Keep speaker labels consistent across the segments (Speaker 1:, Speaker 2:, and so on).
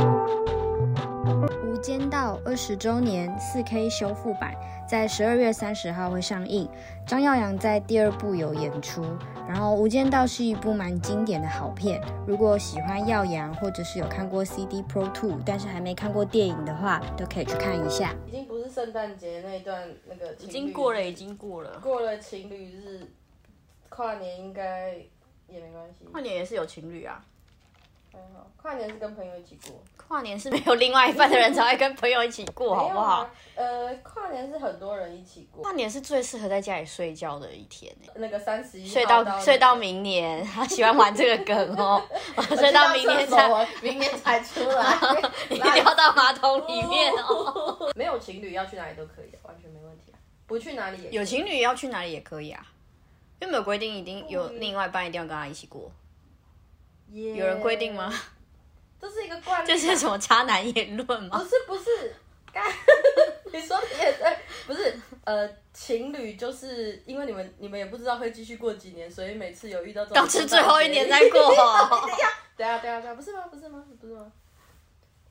Speaker 1: 《无间道》二十周年四 K 修复版在十二月三十号会上映，张耀扬在第二部有演出。然后，《无间道》是一部蛮经典的好片，如果喜欢耀扬或者是有看过 CD Pro Two，但是还没看过电影的话，都可以去看一下。
Speaker 2: 已经不是圣诞节那一段那个情
Speaker 3: 已
Speaker 2: 侣，
Speaker 3: 经过了，已经过了。
Speaker 2: 过了情侣日，跨年应该也没关系，
Speaker 3: 跨年也是有情侣啊，
Speaker 2: 还好。跨年是跟朋友一起过，
Speaker 3: 跨年是没有另外一半的人才会跟朋友一起 过，好
Speaker 2: 没
Speaker 3: 不
Speaker 2: 有
Speaker 3: 好
Speaker 2: 啊？？呃，跨年是很多人一起过
Speaker 3: 跨，年是最适合在家里睡觉的一天欸
Speaker 2: 那个三十一
Speaker 3: 睡到睡到明年，他喜欢玩这个梗 哦，睡到明年才
Speaker 2: 才，明年才出 来，
Speaker 3: 掉 到马桶里面哦。
Speaker 2: 没有情侣要去哪里都可以，完全没问题啊，不去哪里也可以
Speaker 3: 有情侣要去哪里也可以啊，因为没有规定一定有另外一半一定要跟他一起过，
Speaker 2: 耶
Speaker 3: 有人规定吗？
Speaker 2: 这是一个惯例啊，
Speaker 3: 这是什么渣男言论
Speaker 2: 不
Speaker 3: 吗？
Speaker 2: 是不 是，干你说你也对，不是呃，情侣就是因为你们你们也不知道会继续过几年，所以每次有遇到这种
Speaker 3: 要吃最后一年再过哦，
Speaker 2: 对啊对啊对啊，不是吗？不是吗？不是吗？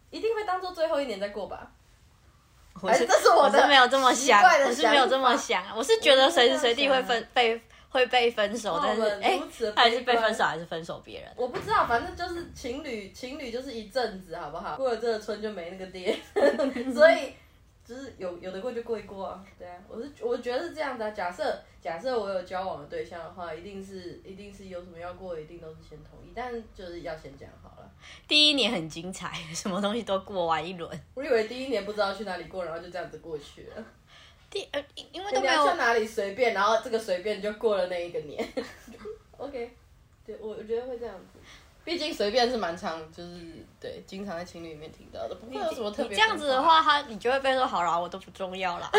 Speaker 2: 一定会当做最后一年再过吧？
Speaker 3: 我是
Speaker 2: 哎这是我的
Speaker 3: 是没有这么想
Speaker 2: 奇怪，的
Speaker 3: 我是没有这么想，啊我是觉得随时随地会分被会被分手，
Speaker 2: 啊那
Speaker 3: 但
Speaker 2: 我
Speaker 3: 是
Speaker 2: 们
Speaker 3: 哎
Speaker 2: 如此悲，观
Speaker 3: 还是被分手还是分手别人？
Speaker 2: 我不知道，反正就是情侣，情侣就是一阵子，好不好？过了这个村就没那个爹，所以就是有有得过就过一过啊。对啊，我是我觉得是这样子啊。假设假设我有交往的对象的话，一定是一定是有什么要过，一定都是先同意，但就是要先讲好了。
Speaker 3: 第一年很精彩，什么东西都过完一轮。
Speaker 2: 我以为第一年不知道去哪里过，然后就这样子过去了。
Speaker 3: 第呃，因因为都
Speaker 2: 哎你
Speaker 3: 没
Speaker 2: 要
Speaker 3: 有
Speaker 2: 去哪里随便，然后这个随便就过了那一个年。OK，对我我觉得会这样子。毕竟随便是蛮常，就是对，经常在情侣里面听到的，不会有什么特别。
Speaker 3: 你这样子的，话，他你就会被说好啦，我都不 重要啦。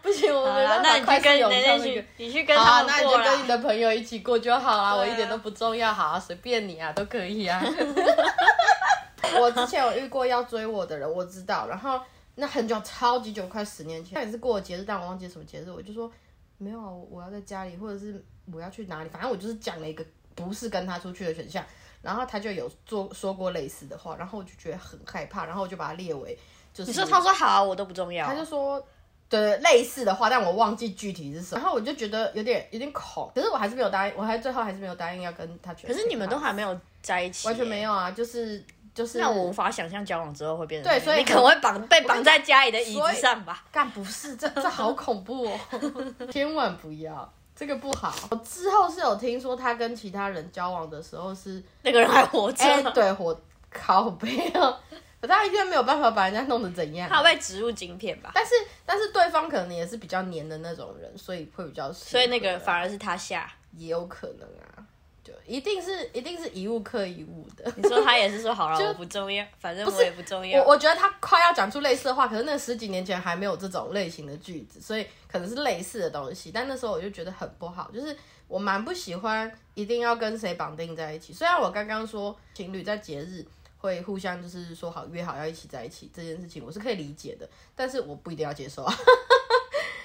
Speaker 2: 不行，我
Speaker 3: 好
Speaker 2: 没
Speaker 3: 啦，
Speaker 2: 办
Speaker 3: 那
Speaker 2: 法
Speaker 3: 你
Speaker 2: 快
Speaker 3: 去
Speaker 2: 速
Speaker 3: 跟
Speaker 2: 涌
Speaker 3: 人
Speaker 2: 上
Speaker 3: 家
Speaker 2: 那个
Speaker 3: 去。，你去跟
Speaker 2: 好、
Speaker 3: 他
Speaker 2: 啊，
Speaker 3: 们
Speaker 2: 那你
Speaker 3: 过
Speaker 2: 就跟
Speaker 3: 啦
Speaker 2: 你。的朋友一起过就好啦，
Speaker 3: 对啊
Speaker 2: 我一点都不重要，好啊，随便你啊，都可以 啊。我之前有遇过要追我的人，我知道，然后那很久，超级久，快十年前，那也是过节日，但我忘记什么节日，我就说没有啊，我我要在家里，或者是我要去哪里，反正我就是讲了一个不是跟他出去的选项，然后他就有做说过类似的话，然后我就觉得很害怕，然后我就把他列为就是
Speaker 3: 你说他说好啊，我都不重要。
Speaker 2: 他就说。对，类似的话，但我忘记具体是什么。然后我就觉得有点有点恐，可是我还是没有答应，我还最后还是没有答应要跟他去。
Speaker 3: 可是你们都还没有在一起，
Speaker 2: 完全没。有啊，就是就是。
Speaker 3: 那我无法想象交往之后会变成
Speaker 2: 对
Speaker 3: 这样
Speaker 2: 所以
Speaker 3: 你可能会绑被绑在家里的椅
Speaker 2: 所
Speaker 3: 子
Speaker 2: 以
Speaker 3: 上吧。
Speaker 2: 干不是，这这好恐怖哦， 千万不要，这个不好。我之后是有听说他跟其他人交往的时候 是，
Speaker 3: 那个人还活着，
Speaker 2: 哎、对，我靠背哦，可他一定没有办法把人家弄成怎样。
Speaker 3: 他有被植入晶片吧？
Speaker 2: 但是但是对方可能也是比较黏的那种人，所以会比较适合。
Speaker 3: 所以那个反
Speaker 2: 而
Speaker 3: 而是他下。
Speaker 2: 也有可能啊，就一定是一定是一物克一物的。
Speaker 3: 你说他也是说好了，我不重要，反正我也不重要。
Speaker 2: 我我觉得他快要讲出类似的话，可是那十几年前还没有这种类型的句子，所以可能是类似的东西。但那时候我就觉得很不好，就是我蛮不喜欢一定要跟谁绑定在一起。虽然我刚刚说情侣在节日会互相就是说好约好要一起在一起这件事情，我是可以理解的，但是我不一定要接受 啊。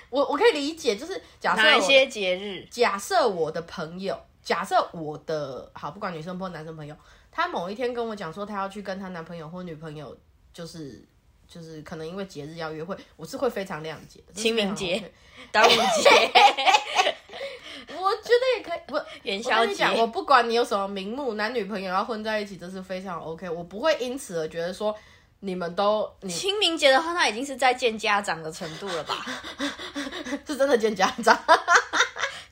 Speaker 2: 我我可以理解，就是假设
Speaker 3: 哪一
Speaker 2: 我
Speaker 3: 些节日？
Speaker 2: 假设我的朋友，假设我的好，不管女生或男生朋友，她某一天跟我讲说她要去跟她男朋友或女朋友，就是就是可能因为节日要约会，我是会非常谅解的。
Speaker 3: 清明节
Speaker 2: 这是非常 OK
Speaker 3: 端午 节、
Speaker 2: 我觉得也可以。 我
Speaker 3: 元
Speaker 2: 我
Speaker 3: 宵
Speaker 2: 跟你
Speaker 3: 节，
Speaker 2: 讲，我不管你有什么名目，男女朋友要混在一起，这是非常 OK。我不会因此而觉得说你们都你
Speaker 3: 清明节的话，那已经是在见家长的程度了吧？
Speaker 2: 是真的见家长，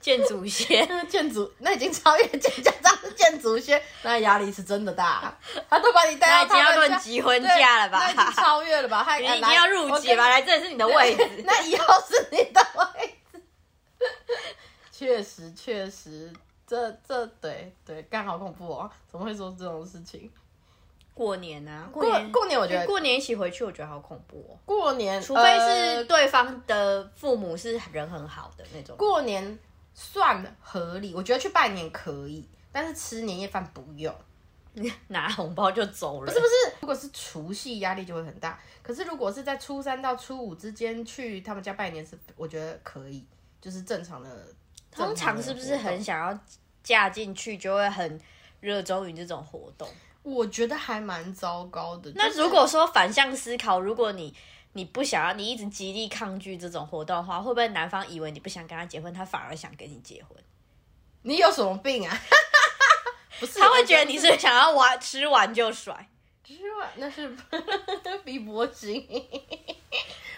Speaker 3: 见祖先，
Speaker 2: 见祖那已经超越见家长是见祖先，那压力是真的大。他都把你带到
Speaker 3: 那已经要
Speaker 2: 他们
Speaker 3: 论
Speaker 2: 家。
Speaker 3: 及婚嫁 了
Speaker 2: 那已经
Speaker 3: 吧？
Speaker 2: 超越 了吧？还
Speaker 3: 你已经要入籍吧？？
Speaker 2: 来
Speaker 3: 来，这里是你的
Speaker 2: 我跟
Speaker 3: 位
Speaker 2: 你
Speaker 3: 置。
Speaker 2: 那以后是你的位置。 确实，确实，这这对对，干好恐怖哦！怎么会说这种事情？
Speaker 3: 过年啊，过
Speaker 2: 过
Speaker 3: 年
Speaker 2: 过年，我觉
Speaker 3: 因为
Speaker 2: 得
Speaker 3: 过年一起回去，我觉得好恐怖哦。
Speaker 2: 过年，
Speaker 3: 除非
Speaker 2: 呃
Speaker 3: 是对方的父母是人很好的那种，
Speaker 2: 过年算合理，我觉得去拜年可以，但是吃年夜饭不用。
Speaker 3: 拿红包就走了。
Speaker 2: 是不是？如果是除夕，压力就会很大。可是如果是在初三到初五之间去他们家拜年是，我觉得可以，就是正常的。
Speaker 3: 通常
Speaker 2: 的
Speaker 3: 是不是
Speaker 2: 活动
Speaker 3: 很想要嫁进去，就会很热衷于这种活动。
Speaker 2: 我觉得还蛮糟糕的。
Speaker 3: 那
Speaker 2: 就是
Speaker 3: 如果说反向思考，如果你你不想要，你一直极力抗拒这种活动的话，会不会男方以为你不想跟他结婚，他反而想跟你结婚？
Speaker 2: 你有什么病啊？不是，
Speaker 3: 他会觉得 你是想要玩吃完就甩，
Speaker 2: 吃完那是 逼迫型，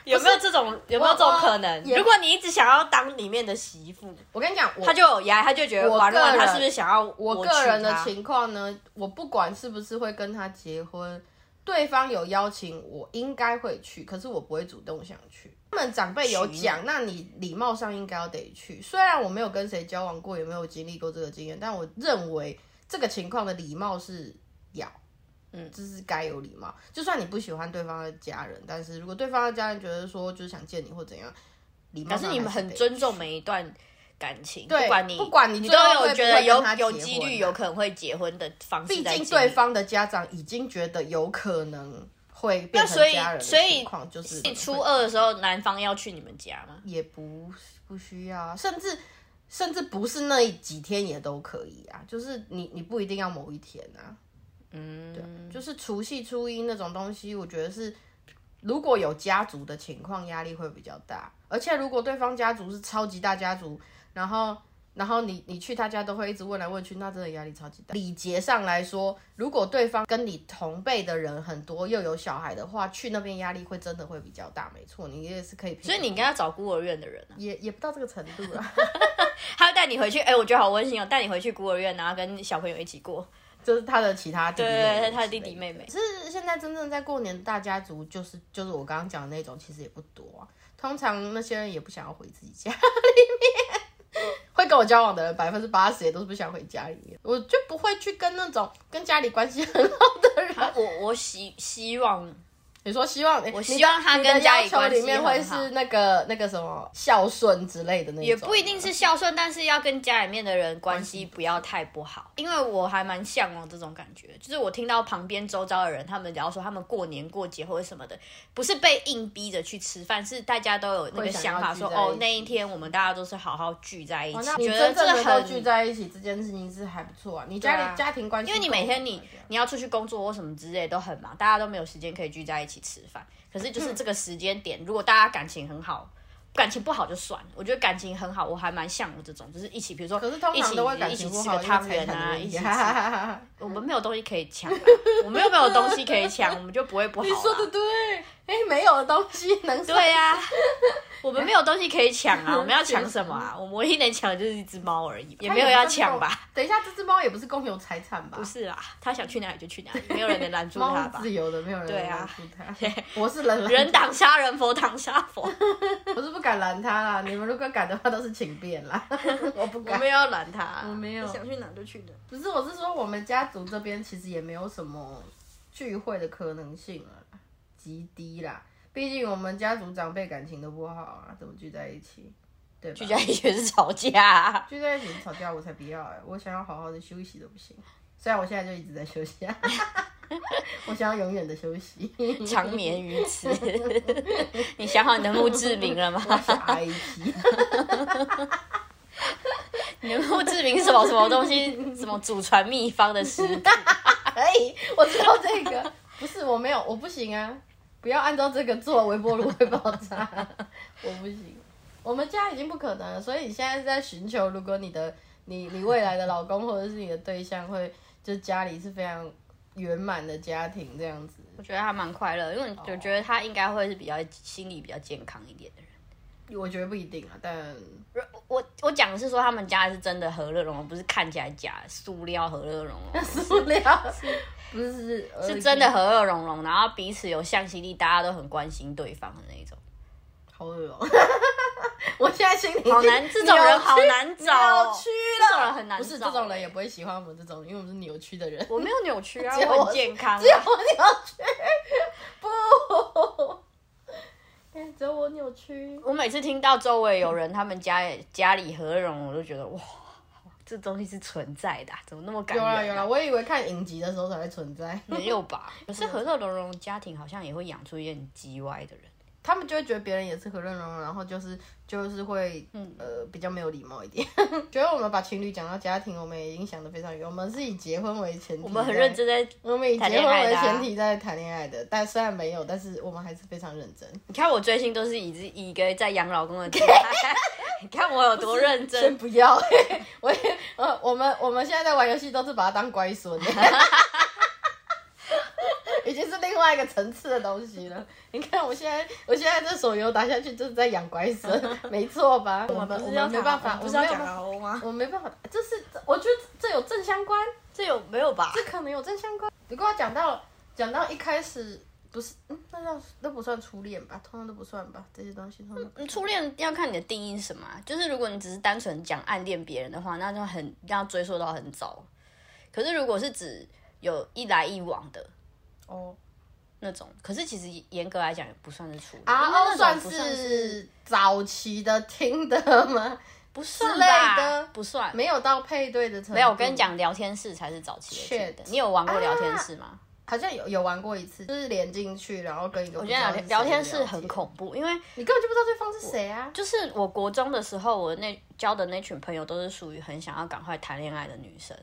Speaker 3: 有没有这种有没有这种可能？
Speaker 2: 我也
Speaker 3: 如果你一直想要当里面的媳妇，
Speaker 2: 我跟你讲，我
Speaker 3: 他就有压力，他就觉得
Speaker 2: 我
Speaker 3: 完
Speaker 2: 个
Speaker 3: 了，
Speaker 2: 人
Speaker 3: 他是不是想要我
Speaker 2: 我个人的
Speaker 3: 娶她
Speaker 2: 情况呢，我不管是不是会跟他结婚，对方有邀请我应该会去，可是我不会主动想去。他们长辈有讲，那你礼貌上应该要得去。虽然我没有跟谁交往过，也没有经历过这个经验，但我认为这个情况的礼貌是要，嗯，就是该有礼貌。就算你不喜欢对方的家人，但是如果对方的家人觉得说就是想见你或怎样，礼貌
Speaker 3: 可
Speaker 2: 上
Speaker 3: 是你们
Speaker 2: 还
Speaker 3: 很
Speaker 2: 得
Speaker 3: 尊重每一段感情，
Speaker 2: 对
Speaker 3: 不管你
Speaker 2: 不管你
Speaker 3: 你
Speaker 2: 最
Speaker 3: 都
Speaker 2: 后会
Speaker 3: 有
Speaker 2: 不
Speaker 3: 觉
Speaker 2: 会
Speaker 3: 得
Speaker 2: 跟
Speaker 3: 有
Speaker 2: 他
Speaker 3: 有
Speaker 2: 结
Speaker 3: 几
Speaker 2: 婚
Speaker 3: 率
Speaker 2: 啊
Speaker 3: 有可能会结婚的方式
Speaker 2: 毕
Speaker 3: 在
Speaker 2: 竟
Speaker 3: 经
Speaker 2: 对
Speaker 3: 营
Speaker 2: 方的家长已经觉得有可能会变成
Speaker 3: 所以
Speaker 2: 家人的
Speaker 3: 所以
Speaker 2: 情况，就是
Speaker 3: 你初二的时候，男方要去你们家吗？
Speaker 2: 也不不需要啊，甚至甚至不是那几天也都可以啊，就是你你不一定要某一天啊，
Speaker 3: 嗯，对，
Speaker 2: 就是除夕初一那种东西，我觉得是如果有家族的情况，压力会比较大。而且如果对方家族是超级大家族，然后然后你你去他家都会一直问来问去，那真的压力超级大。礼节上来说，如果对方跟你同辈的人很多，又有小孩的话，去那边压力会真的会比较大。没错，你也是可以平衡，
Speaker 3: 所以你应该要找孤儿院的人啊，
Speaker 2: 也也不到这个程度啊，
Speaker 3: 他会带你回去，哎、我觉得好温馨哦，带你回去孤儿院，然后跟小朋友一起过，
Speaker 2: 就是他的其他弟弟妹妹
Speaker 3: 对对他的弟
Speaker 2: 之类
Speaker 3: 弟妹妹
Speaker 2: 可是现在真正在过年的大家族，就是就是我刚刚讲的那种，其实也不多啊。通常那些人也不想要回自己家里面， 会跟我交往的人百分之八十也都是不想回家里面。我就不会去跟那种跟家里关系很 好的人。
Speaker 3: 啊、我我希希望
Speaker 2: 你说希望，我
Speaker 3: 希望他跟家里关系
Speaker 2: 里面会
Speaker 3: 很好
Speaker 2: 是那个那个什么孝顺之类的那种，
Speaker 3: 也不一定是孝顺，但是要跟家里面的人关系不要太不好，因为我还蛮向往这种感觉。就是我听到旁边周遭的人，他们聊说他们过年过节或者什么的，不是被硬逼着去吃饭，是大家都有那个
Speaker 2: 会想
Speaker 3: 想
Speaker 2: 要
Speaker 3: 法
Speaker 2: 聚
Speaker 3: 说，
Speaker 2: 在一起
Speaker 3: 哦，那一天我们大家都是好好聚在一起，
Speaker 2: 哦。那你
Speaker 3: 觉得
Speaker 2: 真正
Speaker 3: 这
Speaker 2: 能够聚
Speaker 3: 很。
Speaker 2: 在一起这件事情是还不错啊。你家里、
Speaker 3: 对啊
Speaker 2: 家庭关系够好
Speaker 3: 因为
Speaker 2: 了，
Speaker 3: 你每天你你要出去工作或什么之类都很忙，大家都没有时间可以聚在一起吃饭。可是
Speaker 2: 嗯
Speaker 3: 就是这个时间点，如果大家感情很好，感情不好就算了。我觉得感情很好，我还蛮向往这种，就是一起，比如说
Speaker 2: 可是通
Speaker 3: 一
Speaker 2: 常
Speaker 3: 起
Speaker 2: 都会感
Speaker 3: 一起
Speaker 2: 情不
Speaker 3: 吃
Speaker 2: 好，
Speaker 3: 个汤圆啊，一起吃。
Speaker 2: 吃。
Speaker 3: 我们没有东西可以抢啊、我们又没有东西可以抢，我们就不会不好、啊。
Speaker 2: 你说的对，哎，没有的东西能说
Speaker 3: 对呀、我们没有东西可以抢 啊，我们要抢什么啊？我们唯一能抢的就是一只猫而已，也没有要抢吧？？
Speaker 2: 等一下，这只猫也不是共有财产吧
Speaker 3: 不？是啊，它想去哪里就去哪里，没有人能拦住
Speaker 2: 猫
Speaker 3: 它
Speaker 2: 是
Speaker 3: 吧？
Speaker 2: 自由的，没有人
Speaker 3: 对
Speaker 2: 能
Speaker 3: 啊
Speaker 2: 拦住它。 我是人拦
Speaker 3: 人挡杀人，佛挡杀佛，
Speaker 2: 我是不敢拦它啦。你们如果敢的话，都是请便 啦。我不
Speaker 3: 我
Speaker 2: 敢。
Speaker 3: 没有要拦它啊、
Speaker 2: 我没有
Speaker 3: 想去哪就去哪。
Speaker 2: 不是，我是说我们家族这边其实也没有什么聚会的可能性了啦，极低啦。毕竟我们家族长辈感情都不好啊，怎么聚在一起？对吧？
Speaker 3: 聚在一起是吵架啊、
Speaker 2: 聚在一起吵架我才不要哎、我想要好好的休息都不行。虽然我现在就一直在休息、啊，我想要永远的休息。
Speaker 3: 长眠于 此。你想好你的墓志铭了吗？
Speaker 2: 我想 IT，
Speaker 3: 你的墓志铭是什么什么东西？ 什么祖传秘方的诗？
Speaker 2: 哎，我知道这个，不是我没有，我不行啊！不要按照这个做，微波炉会爆炸，我不行。我们家已经不可能了，所以你现在是在寻求，如果你的你你未来的老公或者是你的对象会，就家里是非常圆满的家庭这样子，
Speaker 3: 我觉得他蛮快乐，因为我觉得他应该会是比较心理比较健康一点的人。
Speaker 2: 我觉得不一定啊，但
Speaker 3: 我我讲的是说他们家是真的和乐融融，不是看起来假塑料和乐融融，
Speaker 2: 塑料不是呃
Speaker 3: 是真的，和乐融融，然后彼此有向心力，大家都很关心对方的那一种。
Speaker 2: 好恶哦！ 我现在心里
Speaker 3: 好难，这种人好难找哦、
Speaker 2: 扭曲
Speaker 3: 这种人很难
Speaker 2: 不
Speaker 3: 找。
Speaker 2: 是这种人也不会喜欢我们这种，因为我们是扭曲的人，
Speaker 3: 我没有扭曲啊，
Speaker 2: 只有
Speaker 3: 我
Speaker 2: 我
Speaker 3: 很健康啊、
Speaker 2: 只有我扭曲，不。哎只有我扭曲，
Speaker 3: 我每次听到周围有人他们家家里和乐融融，我都觉得哇，这东西是存在的啊、怎么那么感
Speaker 2: 有
Speaker 3: 人、
Speaker 2: 啦有啦，啊我以为看影集的时候才会存在，
Speaker 3: 没有吧？可是和乐融融的家庭好像也会养出一些很叽歪的人，
Speaker 2: 他们就会觉得别人也是和乐融融，然后就是就是会
Speaker 3: 嗯
Speaker 2: 呃比较没有礼貌一点。 觉得我们把情侣讲到家庭，我们也已经想得非常远，我们是以结婚为前提，
Speaker 3: 我们很认真，在，
Speaker 2: 我们以
Speaker 3: 谈
Speaker 2: 结
Speaker 3: 恋
Speaker 2: 婚
Speaker 3: 爱
Speaker 2: 为
Speaker 3: 的啊
Speaker 2: 前提在谈恋爱的，但虽然没有，但是我们还是非常认真。
Speaker 3: 你看我追星都是以以一个在养老公的姿态， 你看我有多认 真
Speaker 2: 先。不要，我也呃，我们我们现在在玩游戏都是把它当乖孙， 已经是另外一个层次的东西了。你看我现在，我现在这手游打下去就是在养乖 孙，没错吧？我们我们没办法，
Speaker 3: 不
Speaker 2: 我
Speaker 3: 是要
Speaker 2: 们没有
Speaker 3: 讲
Speaker 2: 办法，
Speaker 3: 老欧吗？
Speaker 2: 我们没办法，这是这我觉得这有正相关，
Speaker 3: 这有没有吧？
Speaker 2: 这可能有正相关。你跟我讲到讲到一开始不是，嗯，那叫那不算初恋吧？通常都不算吧，这些东西通常都不
Speaker 3: 嗯初恋要看你的定义是什么啊、就是如果你只是单纯讲暗恋别人的话，那就很要追溯到很早。可是如果是指有一来一往的
Speaker 2: 哦。
Speaker 3: 那种，可是其实严格来讲也不算是初恋因为那
Speaker 2: RO
Speaker 3: 种
Speaker 2: 啊哦算
Speaker 3: 不算
Speaker 2: 是早期的听的吗？
Speaker 3: 不算
Speaker 2: 之类
Speaker 3: 吧
Speaker 2: 的
Speaker 3: 不算。
Speaker 2: 没有嗯到配对的程度。
Speaker 3: 没有，我跟你，讲，聊天室才是早期的
Speaker 2: Shit
Speaker 3: 听的。你有玩过聊天
Speaker 2: 啊
Speaker 3: 室吗？
Speaker 2: 好像有有玩过一次，就是连进去，然后跟一个
Speaker 3: 我
Speaker 2: 不
Speaker 3: 觉
Speaker 2: 知
Speaker 3: 得
Speaker 2: 道
Speaker 3: 聊
Speaker 2: 是谁的聊
Speaker 3: 天聊天室很，恐怖，因为
Speaker 2: 你根本就不知道对方是谁啊。
Speaker 3: 就是我国中的时候，我那交的那群朋友都是属于很想要赶快谈恋爱的女生，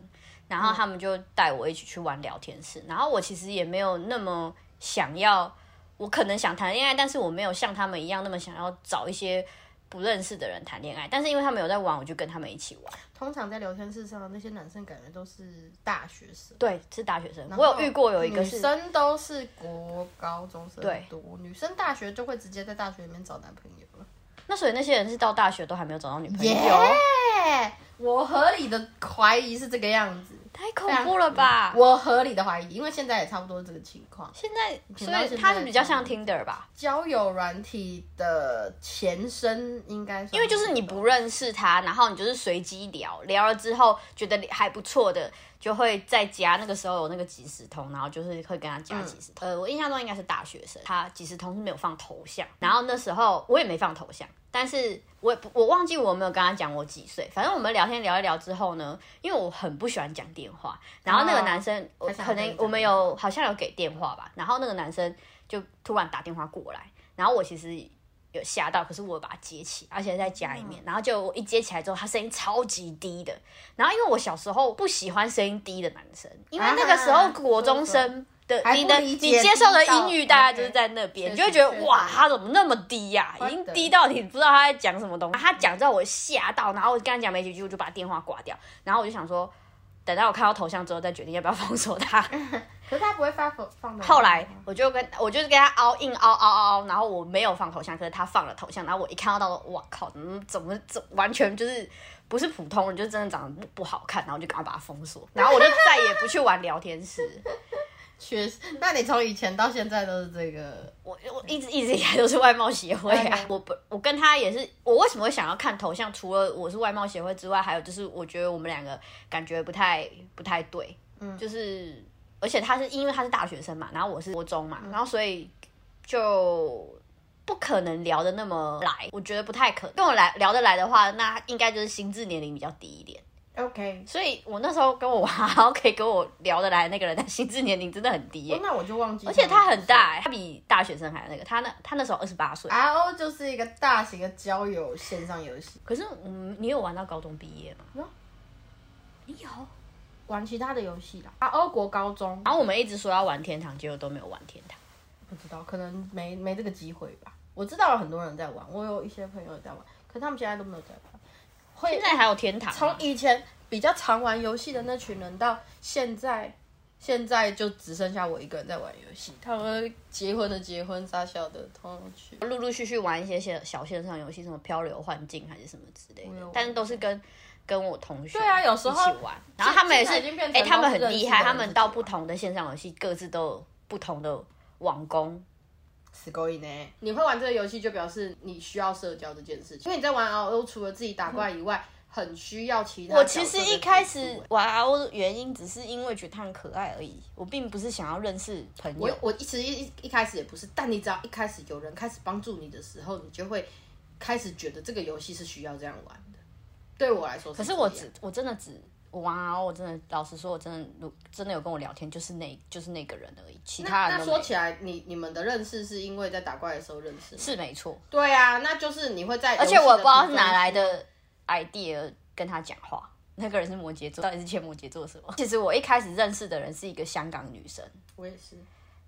Speaker 3: 然
Speaker 2: 嗯
Speaker 3: 后他们就带我一起去玩聊天室，然后我其实也没有那么想要，我可能想谈恋爱，但是我没有像他们一样那么想要找一些不认识的人谈恋爱，但是因为他们有在玩，我就跟他们一起玩。
Speaker 2: 通常在聊天室上，那些男生感觉都是大学生。
Speaker 3: 对，是大学生，
Speaker 2: 然
Speaker 3: 我
Speaker 2: 后
Speaker 3: 有遇过有一个
Speaker 2: 女
Speaker 3: 是
Speaker 2: 生都是国高中生
Speaker 3: 对
Speaker 2: 多，女生大学就会直接在大学里面找男朋友了。
Speaker 3: 那所以那些人是到大学都还没有找到女朋友，
Speaker 2: 耶我合理的怀疑是这个样子，
Speaker 3: 太恐怖了吧！
Speaker 2: 啊我合理的怀疑，因为现在也差不多这个情况。
Speaker 3: 现在，
Speaker 2: 前
Speaker 3: 所
Speaker 2: 到
Speaker 3: 以
Speaker 2: 现
Speaker 3: 他
Speaker 2: 在
Speaker 3: 是比较
Speaker 2: 差
Speaker 3: 像
Speaker 2: 不多
Speaker 3: Tinder 吧，
Speaker 2: 交友软体的前身应该算，
Speaker 3: 因为就是你不认识他，然后你就是随机聊，聊了之后觉得还不错的，就会再加那个时候有那个即时通，然后就是会跟他加
Speaker 2: 嗯
Speaker 3: 即时通。呃，我印象中应该是大学生，他即时通是没有放头像，然后那时候我也没放头像，但是我也不我忘记我有没有跟他讲我几岁，反正我们聊天聊一聊之后呢，因为我很不喜欢讲电话，然后那个男生、我
Speaker 2: 哦想
Speaker 3: 可
Speaker 2: 跟你
Speaker 3: 能
Speaker 2: 讲
Speaker 3: 我们有好像有给电话吧，然后那个男生就突然打电话过来，然后我其实有吓到，可是我有把它接起，而且在家里面，
Speaker 2: 嗯
Speaker 3: 然后就我一接起来之后，他声音超级低的。然后因为我小时候不喜欢声音低的男生，因为那个时候
Speaker 2: 啊
Speaker 3: 国中生的、
Speaker 2: 还不
Speaker 3: 你的
Speaker 2: 理
Speaker 3: 你
Speaker 2: 解
Speaker 3: 接受的
Speaker 2: 低到
Speaker 3: 英语大概
Speaker 2: OK
Speaker 3: 就是在那
Speaker 2: 确
Speaker 3: 边，你就会
Speaker 2: 实
Speaker 3: 觉得
Speaker 2: 确实
Speaker 3: 哇，他怎么那么低呀、已
Speaker 2: What
Speaker 3: 经
Speaker 2: the-
Speaker 3: 低到你不知道他在讲什么东西。他讲之后我吓到，然后我跟他讲没几句，我就把电话挂掉。然后我就想说，等到我看到头像之后再决定要 不要封锁他。
Speaker 2: 可是他不会发放放的。
Speaker 3: 后来我就跟我就是跟他凹硬凹凹凹凹，然后我没有放头像，可是他放了头像，然后我一看到到，哇靠，怎么怎么怎完全就是不是普通人，就真的长得不不好看，然后我就赶快把他封锁，然后我就再也不去玩聊天室，
Speaker 2: 确实，那你从以前到现在都是这个，
Speaker 3: 我我一直一直以来都是外貌协会啊
Speaker 2: OK，
Speaker 3: 我本我跟他也是，我为什么会想要看头像？除了我是外貌协会之外，还有就是我觉得我们两个感觉不太不太对，嗯，就是而且他是因为他是大学生嘛，然后我是国中嘛，然后所以就不可能聊得那么来，我觉得不太可能。跟我来聊得来的话，那应该就是心智年龄比较低一点。
Speaker 2: OK，、
Speaker 3: 所以我那时候跟我 玩，然后可以跟我聊得来的那个人，他心智年龄真的很低耶、
Speaker 2: 哦、那我就忘记。
Speaker 3: 而且他很大、欸，他比大学生还那个，他那他那时候二十八岁。
Speaker 2: ，RO 就是一个大型的交友线上游戏，
Speaker 3: 可是，嗯，你有玩到高中毕业吗？
Speaker 2: 有哎
Speaker 3: 你有。
Speaker 2: 玩其他的游戏啦。RO 国高中，
Speaker 3: 然后我们一直说要玩天堂，结果都没有玩天堂。
Speaker 2: 不知道，可能没没这个机会吧。我知道有很多人在玩，我有一些朋友在玩，可他们现在都没有在玩。会
Speaker 3: 现在还有天堂啊
Speaker 2: 从
Speaker 3: 吗？
Speaker 2: 以前比较常玩游戏的那群人，到现在，现在就只剩下我一个人在玩游戏。他们结婚的结婚，傻笑的通通去。
Speaker 3: 陆陆续续玩一些些小线上游戏，什么漂流幻境还是什么之类
Speaker 2: 我有
Speaker 3: 的
Speaker 2: 玩，
Speaker 3: 但是都是跟跟我同学
Speaker 2: 对啊有时候
Speaker 3: 一起玩，然后他们也是
Speaker 2: 现在已经变成
Speaker 3: 哎、他们很
Speaker 2: 都是认识
Speaker 3: 厉
Speaker 2: 的
Speaker 3: 害，
Speaker 2: 人
Speaker 3: 他们到不同的线上游戏各自都有不同的网工，
Speaker 2: 死狗瘾呢？你会玩这个游戏，就表示你需要社交这件事情。因为你在玩 RO，除了自己打怪以外，很需要其他。
Speaker 3: 我其实一开始，玩 RO 的原因只是因为觉得它很可爱而已，我并不是想要认识朋
Speaker 2: 我
Speaker 3: 友。
Speaker 2: 我其实一一开始也不是，但你只要一开始有人开始帮助你的时候，你就会开始觉得这个游戏是需要这样玩的。对我来说
Speaker 3: 可
Speaker 2: 可
Speaker 3: 是我只我真的只哇，哦我真的老实说，我真的如真的有跟我聊天，就是那就是那个人而已，其他人
Speaker 2: 那
Speaker 3: 都
Speaker 2: 说
Speaker 3: 没
Speaker 2: 起来，你你们的认识是因为在打怪的时候认识吗？啊
Speaker 3: 是没错，
Speaker 2: 对啊，那就是你会在，
Speaker 3: 而且我也不知道是哪来。的 idea 跟他讲话。那个人是摩羯座，到底是欠摩羯座什么？ 其实我一开始认识的人是一个香港女生，
Speaker 2: 我也是。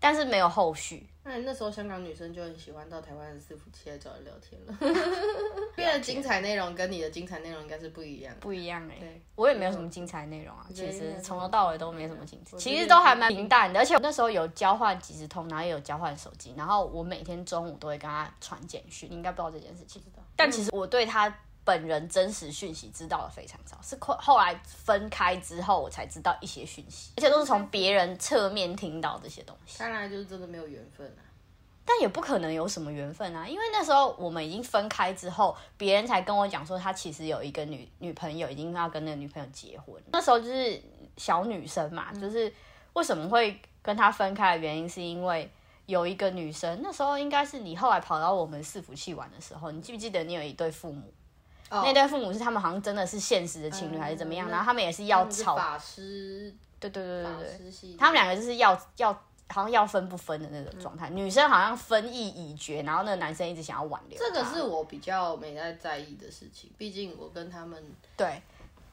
Speaker 3: 但是没有后续。
Speaker 2: 那你那时候香港女生就很喜欢到台湾的伺服器来找人聊天 了，因为精彩内容跟你的精彩内容应该是不一样的。
Speaker 3: 不一样哎、
Speaker 2: 对
Speaker 3: 我也没有什么精彩内容啊，其
Speaker 2: 没有
Speaker 3: 实从头到尾都没什么精彩，
Speaker 2: 我
Speaker 3: 其
Speaker 2: 觉
Speaker 3: 实
Speaker 2: 得
Speaker 3: 都还蛮平淡的。而且我那时候有交换即时通，然后也有交换手机，然后我每天中午都会跟他传简讯，你应该不知道这件事情，但其实我对他。本人真实讯息知道的非常少，是后后来分开之后我才知道一些讯息，而且都
Speaker 2: 嗯
Speaker 3: 是从别人侧面听到这些东西。
Speaker 2: 看来就是真的没有缘分啊。
Speaker 3: 但也不可能有什么缘分啊，因为那时候我们已经分开之后，别人才跟我讲说他其实有一个女女朋友，已经要跟那个女朋友结婚。那时候就是小女生嘛，
Speaker 2: 嗯
Speaker 3: 就是为什么会跟他分开的原因，是因为有一个女生，那时候应该是你后来跑到我们伺服器玩的时候，你记不记得你有一对父母？
Speaker 2: 哦
Speaker 3: 那对父母是他们好像真的是现实的情侣还是怎么样，
Speaker 2: 嗯
Speaker 3: 然后他们也是要
Speaker 2: 他们是
Speaker 3: 吵，
Speaker 2: 法师，
Speaker 3: 对对对
Speaker 2: 法
Speaker 3: 对对，
Speaker 2: 师系，
Speaker 3: 他们两个就是要要好像要分不分的那种状态，女生好像分意已决，然后那个男生一直想要挽留她。
Speaker 2: 这个是我比较没太在意的事情，毕竟我跟他们
Speaker 3: 对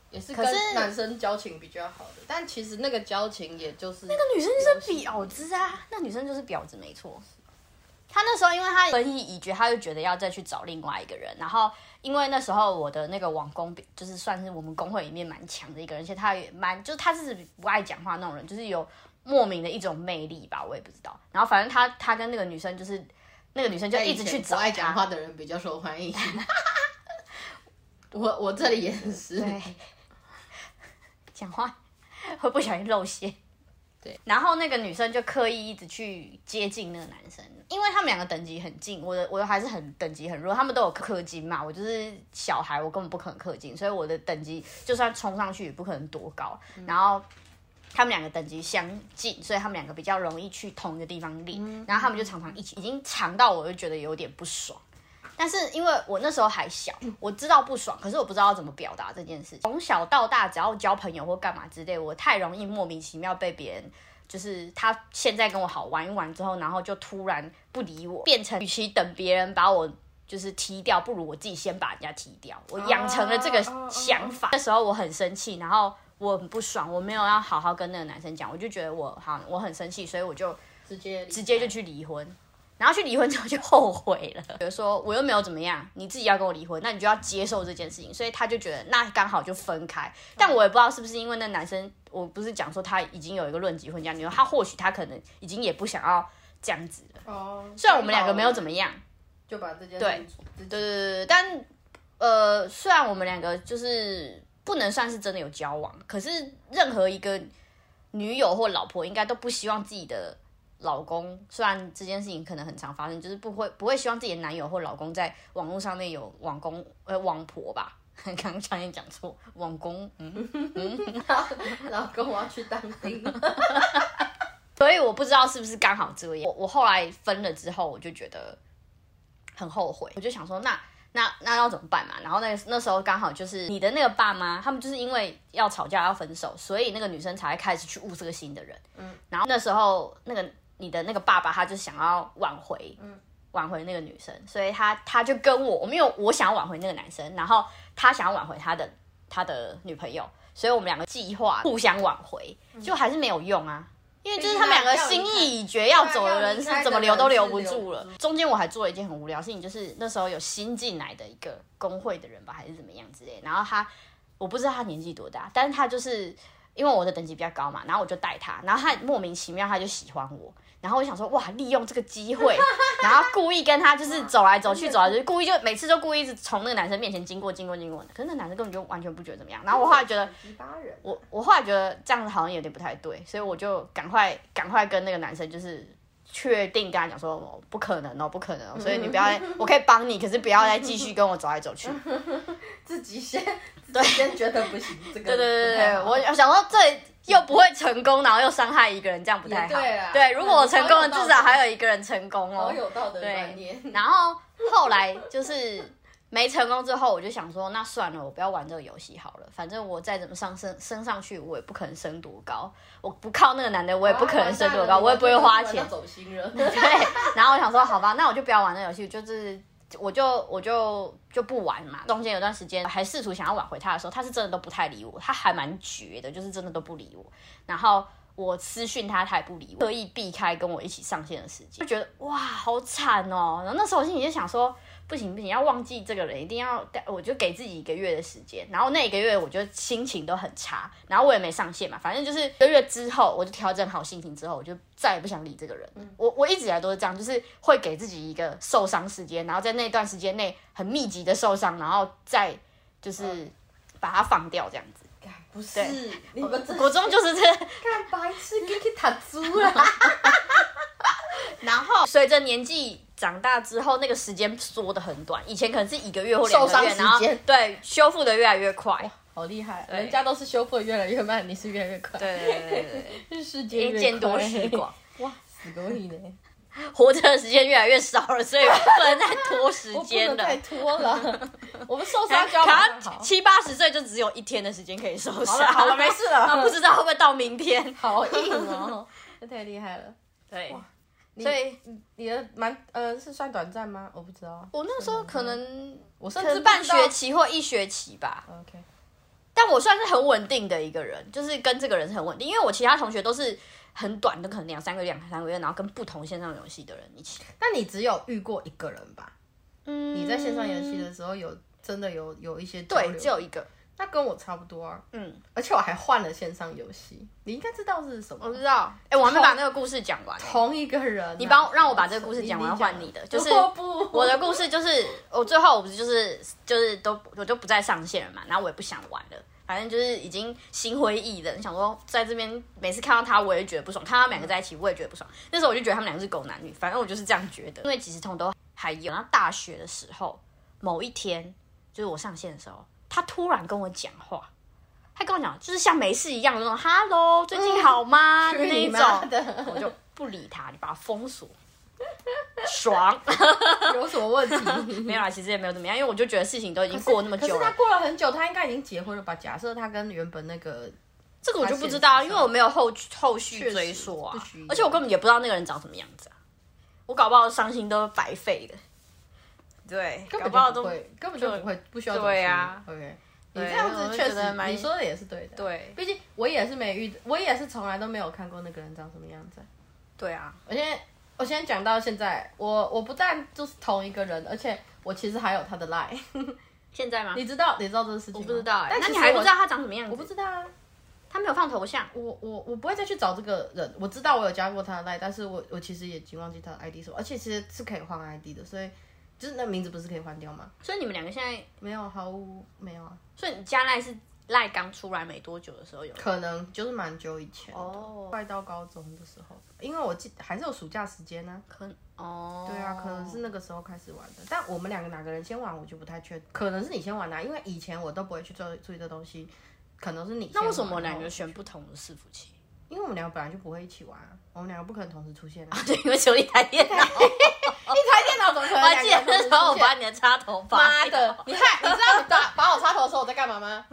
Speaker 2: 也是
Speaker 3: 可
Speaker 2: 跟
Speaker 3: 是
Speaker 2: 男生交情比较好的，但其实那个交情也就是那个
Speaker 3: 女生就是婊子啊，那女生就是婊子没错。她那时候因为她分意已决，她就觉得要再去找另外一个人，然后因为那时候我的那个网工就是算是我们工会里面蛮强的一个人，而且她也蛮就是她是不爱讲话那种人，就是有莫名的一种魅力吧，我也不知道。然后反正她她跟那个女生就是那个女生就一直去找
Speaker 2: 不爱
Speaker 3: 他
Speaker 2: 讲话的人比较受欢迎。 我我这里也是，
Speaker 3: 对， 讲话会不小心露馅。
Speaker 2: 对，
Speaker 3: 然后那个女生就刻意一直去接近那个男生，因为他们两个等级很近，我的我的还是很等级很弱，他们都有氪金嘛，我就是小孩，我根本不可能氪金，所以我的等级就算冲上去也不可能多高。然后他们两个等级相近，所以他们两个比较容易去同一个地方练，然后他们就常常一起，已经长到我就觉得有点不爽。但是因为我那时候还小，
Speaker 2: 嗯
Speaker 3: 我知道不爽，可是我不知道要怎么表达这件事情。从小到大，只要交朋友或干嘛之类，我太容易莫名其妙被别人。就是他现在跟我好玩一玩之后，然后就突然不理我，变成与其等别人把我就是踢掉，不如我自己先把人家踢掉。我养成了这个
Speaker 2: 哦哦哦
Speaker 3: 想法。那时候我很生气，然后我很不爽，我没有要好好跟那个男生讲，我就觉得我好我很生气，所以我就
Speaker 2: 直接直
Speaker 3: 直接就去离婚。然后去离婚之后就后悔了，比如说我又没有怎么样，你自己要跟我离婚，那你就要接受这件事情，所以他就觉得那刚好就分开。但我也不知道是不是因为那男生，我不是讲说他已经有一个论及婚嫁女友，他或许他可能已经也不想要这样子了。
Speaker 2: 哦。
Speaker 3: 虽然我们两个没有怎么样，
Speaker 2: 就把这件事情
Speaker 3: 对对对对，但呃，虽然我们两个就是不能算是真的有交往，可是任何一个女友或老婆应该都不希望自己的老公，虽然这件事情可能很常发生，就是不会不会希望自己的男友或老公在网络上面有网公呃网婆吧。 刚刚差点讲错，网公，嗯，
Speaker 2: 老公我要去当兵，
Speaker 3: 所以我不知道是不是刚好这样。我我后来分了之后，我就觉得很后悔，我就想说那。那那要怎么办嘛？然后那那时候刚好就是你的那个爸妈，他们就是因为要吵架要分手，所以那个女生才会开始去物色新的人。嗯，然后那时候那个你的那个爸爸，他就想要挽回，嗯，挽回那个女生，所以他他就跟我，我没有我想要挽回那个男生，然后他想要挽回他的他的女朋友，所以我们两个计划互相挽回，就还是没有用啊。因为就是他们两个心意已决，要走的人是怎么留都留不住了。中间我还做了一件很无聊的事情，就是那时候有新进来的一个工会的人吧，还是怎么样之类。然后他，我不知道他年纪多大，但是他就是因为我的等级比较高嘛，然后我就带他，然后他莫名其妙他就喜欢我。然后我想说，哇，利用这个机 会，然后故意跟他就是走来走去，走来走去，故意就每次都故意一直从那个男生面前经过，经过，经过。可是那男生根本就完全不觉得怎么样。 然后我后来觉得，
Speaker 2: 鸡巴人，
Speaker 3: 我我后来觉得这样子好像有点不太对，所以我就赶快赶快跟那个男生就是确定跟他讲说，哦不可能哦，不可
Speaker 2: 嗯
Speaker 3: 能哦，所以你不要再，我可以帮你，可是不要再继续跟我走来 走去。
Speaker 2: 自己先自己先觉得不行，这个
Speaker 3: 对对对对
Speaker 2: 不
Speaker 3: 对
Speaker 2: 太，好
Speaker 3: 我我想说这又不会成功，然后又伤害一个人，这样不太好。
Speaker 2: 也对啦
Speaker 3: 如果我成功了，
Speaker 2: 嗯好有道理
Speaker 3: 至少还有一个人成功哦。
Speaker 2: 好有道德观
Speaker 3: 对
Speaker 2: 念，，
Speaker 3: 然后后来就是没成功之后，我就想说，那算了，我不要玩这个游戏好了。反正我再怎么上升升上去，我也不可能升多高。我不靠那个男的，我也不可能升
Speaker 2: 啊
Speaker 3: 多高，我也不会花钱。
Speaker 2: 走心 了。
Speaker 3: 对，然后我想说，好吧，那我就不要玩那游戏，就是我就我就就不玩嘛。中间有段时间还试图想要挽回他的时候，他是真的都不太理我，他还蛮绝的，就是真的都不理我。然后我私讯他，他也不理我，刻意避开跟我一起上线的时间，就觉得哇，好惨哦。然后那时候我心里就想说。不行不行，要忘记这个人，一定要，我就给自己一个月的时间。然后那一个月，我就心情都很差，然后我也没上线嘛，反正就是一个月之后，我就调整好心情之后，我就再也不想理这个人。我我一直以来都是这样，就是会给自己一个受伤时间，然后在那段时间内很密集的受伤，然后再就是把它放掉这样子。
Speaker 2: 不是
Speaker 3: 对，
Speaker 2: 你们这
Speaker 3: 国中就是这样
Speaker 2: 干白痴，给给塔猪啦！
Speaker 3: 然后随着年纪长大之后，那个时间缩的很短，以前可能是一个月或两
Speaker 2: 受
Speaker 3: 个
Speaker 2: 伤
Speaker 3: 月，
Speaker 2: 时
Speaker 3: 然后
Speaker 2: 间
Speaker 3: 对修复的越来越快。
Speaker 2: 好厉害，
Speaker 3: 对
Speaker 2: 人家都是修复得越来越慢，你是越来越快。，
Speaker 3: 对对对
Speaker 2: 是
Speaker 3: 对
Speaker 2: 世
Speaker 3: 对，
Speaker 2: 界
Speaker 3: 因
Speaker 2: 越
Speaker 3: 为见多
Speaker 2: 快
Speaker 3: 识广，，
Speaker 2: 哇，死狗你呢！
Speaker 3: 活着的时间越来越少了，所以不能再拖时
Speaker 2: 我不
Speaker 3: 间
Speaker 2: 能
Speaker 3: 了哎
Speaker 2: 再。拖 了，我们受伤就要马
Speaker 3: 可
Speaker 2: 上
Speaker 3: 能
Speaker 2: 好。
Speaker 3: 七八十岁就只有一天的时间可以受伤。
Speaker 2: 好了好了，没事了。
Speaker 3: 啊 不知道会不会到明天。
Speaker 2: 好硬 哦，这太厉害了。
Speaker 3: 对，
Speaker 2: 你
Speaker 3: 所以
Speaker 2: 你的蛮呃是算短暂吗？我不知道，
Speaker 3: 我那时候可能
Speaker 2: 我
Speaker 3: 可
Speaker 2: 甚至
Speaker 3: 能半
Speaker 2: 不知道
Speaker 3: 学。期或一学期吧，
Speaker 2: OK，
Speaker 3: 但我算是很稳定的一个人，就是跟这个人是很稳定，因为我其他同学都是很短的，可能两三个月、两三个月，然后跟不同线上游戏的人一起。
Speaker 2: 那你只有遇过一个人吧？
Speaker 3: 嗯
Speaker 2: 你在线上游戏的时候有真的有有一些交
Speaker 3: 对
Speaker 2: 流，
Speaker 3: 只有一个，
Speaker 2: 那跟我差不多啊，
Speaker 3: 嗯，
Speaker 2: 而且我还换了线上游戏，你应该知道是什么
Speaker 3: 我。知道。哎、我还没把那个故事讲完、欸
Speaker 2: 同一个人啊、
Speaker 3: 你帮我让我把这个故事讲完，换你的。就是
Speaker 2: 我不
Speaker 3: 我的故事，就是我最后我不是就是就是都我就不再上线了嘛，然后我也不想玩了，反正就是已经心灰意冷，想说在这边每次看到他我也觉得不爽，看到他们两个在一起我也觉得不爽。那时候我就觉得他们两个是狗男女，反正我就是这样觉得。因为即时通都还有，然后大学的时候某一天，就是我上线的时候，他突然跟我讲话。他跟我讲，就是像没事一样的那种 “hello，最近好吗” 的那
Speaker 2: 你
Speaker 3: 一种，
Speaker 2: 妈的，
Speaker 3: 我就不理他，你把他封锁，爽。
Speaker 2: 有什么问题？
Speaker 3: 没有啦，其实也没有怎么样，因为我就觉得事情都已经过那么
Speaker 2: 可
Speaker 3: 久
Speaker 2: 是他
Speaker 3: 了，
Speaker 2: 过了很久，他应该已经结婚了吧？假设他跟原本那个
Speaker 3: 这个我就不知道，
Speaker 2: 他
Speaker 3: 因
Speaker 2: 现
Speaker 3: 为我没有后后续
Speaker 2: 确实
Speaker 3: 追溯啊
Speaker 2: 不需要，
Speaker 3: 而且我根本也不知道那个人长什么样子啊，我搞不好伤心都白费的，对，
Speaker 2: 根
Speaker 3: 搞
Speaker 2: 本
Speaker 3: 不好
Speaker 2: 就
Speaker 3: 都
Speaker 2: 不会，根本就不会，不需要
Speaker 3: 对啊
Speaker 2: 走心，OK。你
Speaker 3: 对
Speaker 2: 这样
Speaker 3: 我
Speaker 2: 子
Speaker 3: 就
Speaker 2: 确
Speaker 3: 觉得
Speaker 2: 实，
Speaker 3: 蛮
Speaker 2: 你说的也是对的。，
Speaker 3: 对
Speaker 2: 毕竟我也是没遇，我也是从来都没有看过那个人长什么样子啊。
Speaker 3: 对啊，
Speaker 2: 我现在，我现在讲到现在，我我不但就是同一个人，而且我其实还有他的 line，
Speaker 3: 现在吗？
Speaker 2: 你知道你知道这个事情吗？
Speaker 3: 我不知道哎，
Speaker 2: 但
Speaker 3: 那
Speaker 2: 其
Speaker 3: 你
Speaker 2: 实
Speaker 3: 还不
Speaker 2: 我
Speaker 3: 知道他长什么样
Speaker 2: 我不
Speaker 3: 子？
Speaker 2: 知道啊，
Speaker 3: 他没有放头像，
Speaker 2: 我我我不会再去找这个人。我知道我有加过他的 line，但是我我其实也已经忘记他的 ID 是什么，而且其实是可以换 ID 的，所以就是那名字不是可以换掉吗？
Speaker 3: 所以你们两个现在，
Speaker 2: 没有，毫无没有啊，
Speaker 3: 所以你加赖是赖刚出来没多久的时候有
Speaker 2: 可能就是蛮久以前的
Speaker 3: 哦
Speaker 2: 快到高中的时候，因为我记还是有暑假时间呢、
Speaker 3: 可哦，
Speaker 2: 对啊，可能是那个时候开始玩的，但我们两个哪个人先玩，我就不太确定。可能是你先玩啊啦、因为以前我都不会去注注意这东西，可能是你先玩。
Speaker 3: 那为什么我们两
Speaker 2: 然
Speaker 3: 个
Speaker 2: 后？
Speaker 3: 选不同的伺服器？
Speaker 2: 因为我们两个本来就不会一起玩啊，我们两个不可能同时出现、啊。
Speaker 3: 对，因为只有一 台电脑。
Speaker 2: 一台电脑怎么可
Speaker 3: 我
Speaker 2: 能
Speaker 3: 还记得
Speaker 2: 两个
Speaker 3: 那
Speaker 2: 人同时出
Speaker 3: 时
Speaker 2: 现？
Speaker 3: 候我把你的插头拔
Speaker 2: 妈
Speaker 3: 掉，
Speaker 2: 的，你看，你知道你打 把我插头的时候我在干嘛吗？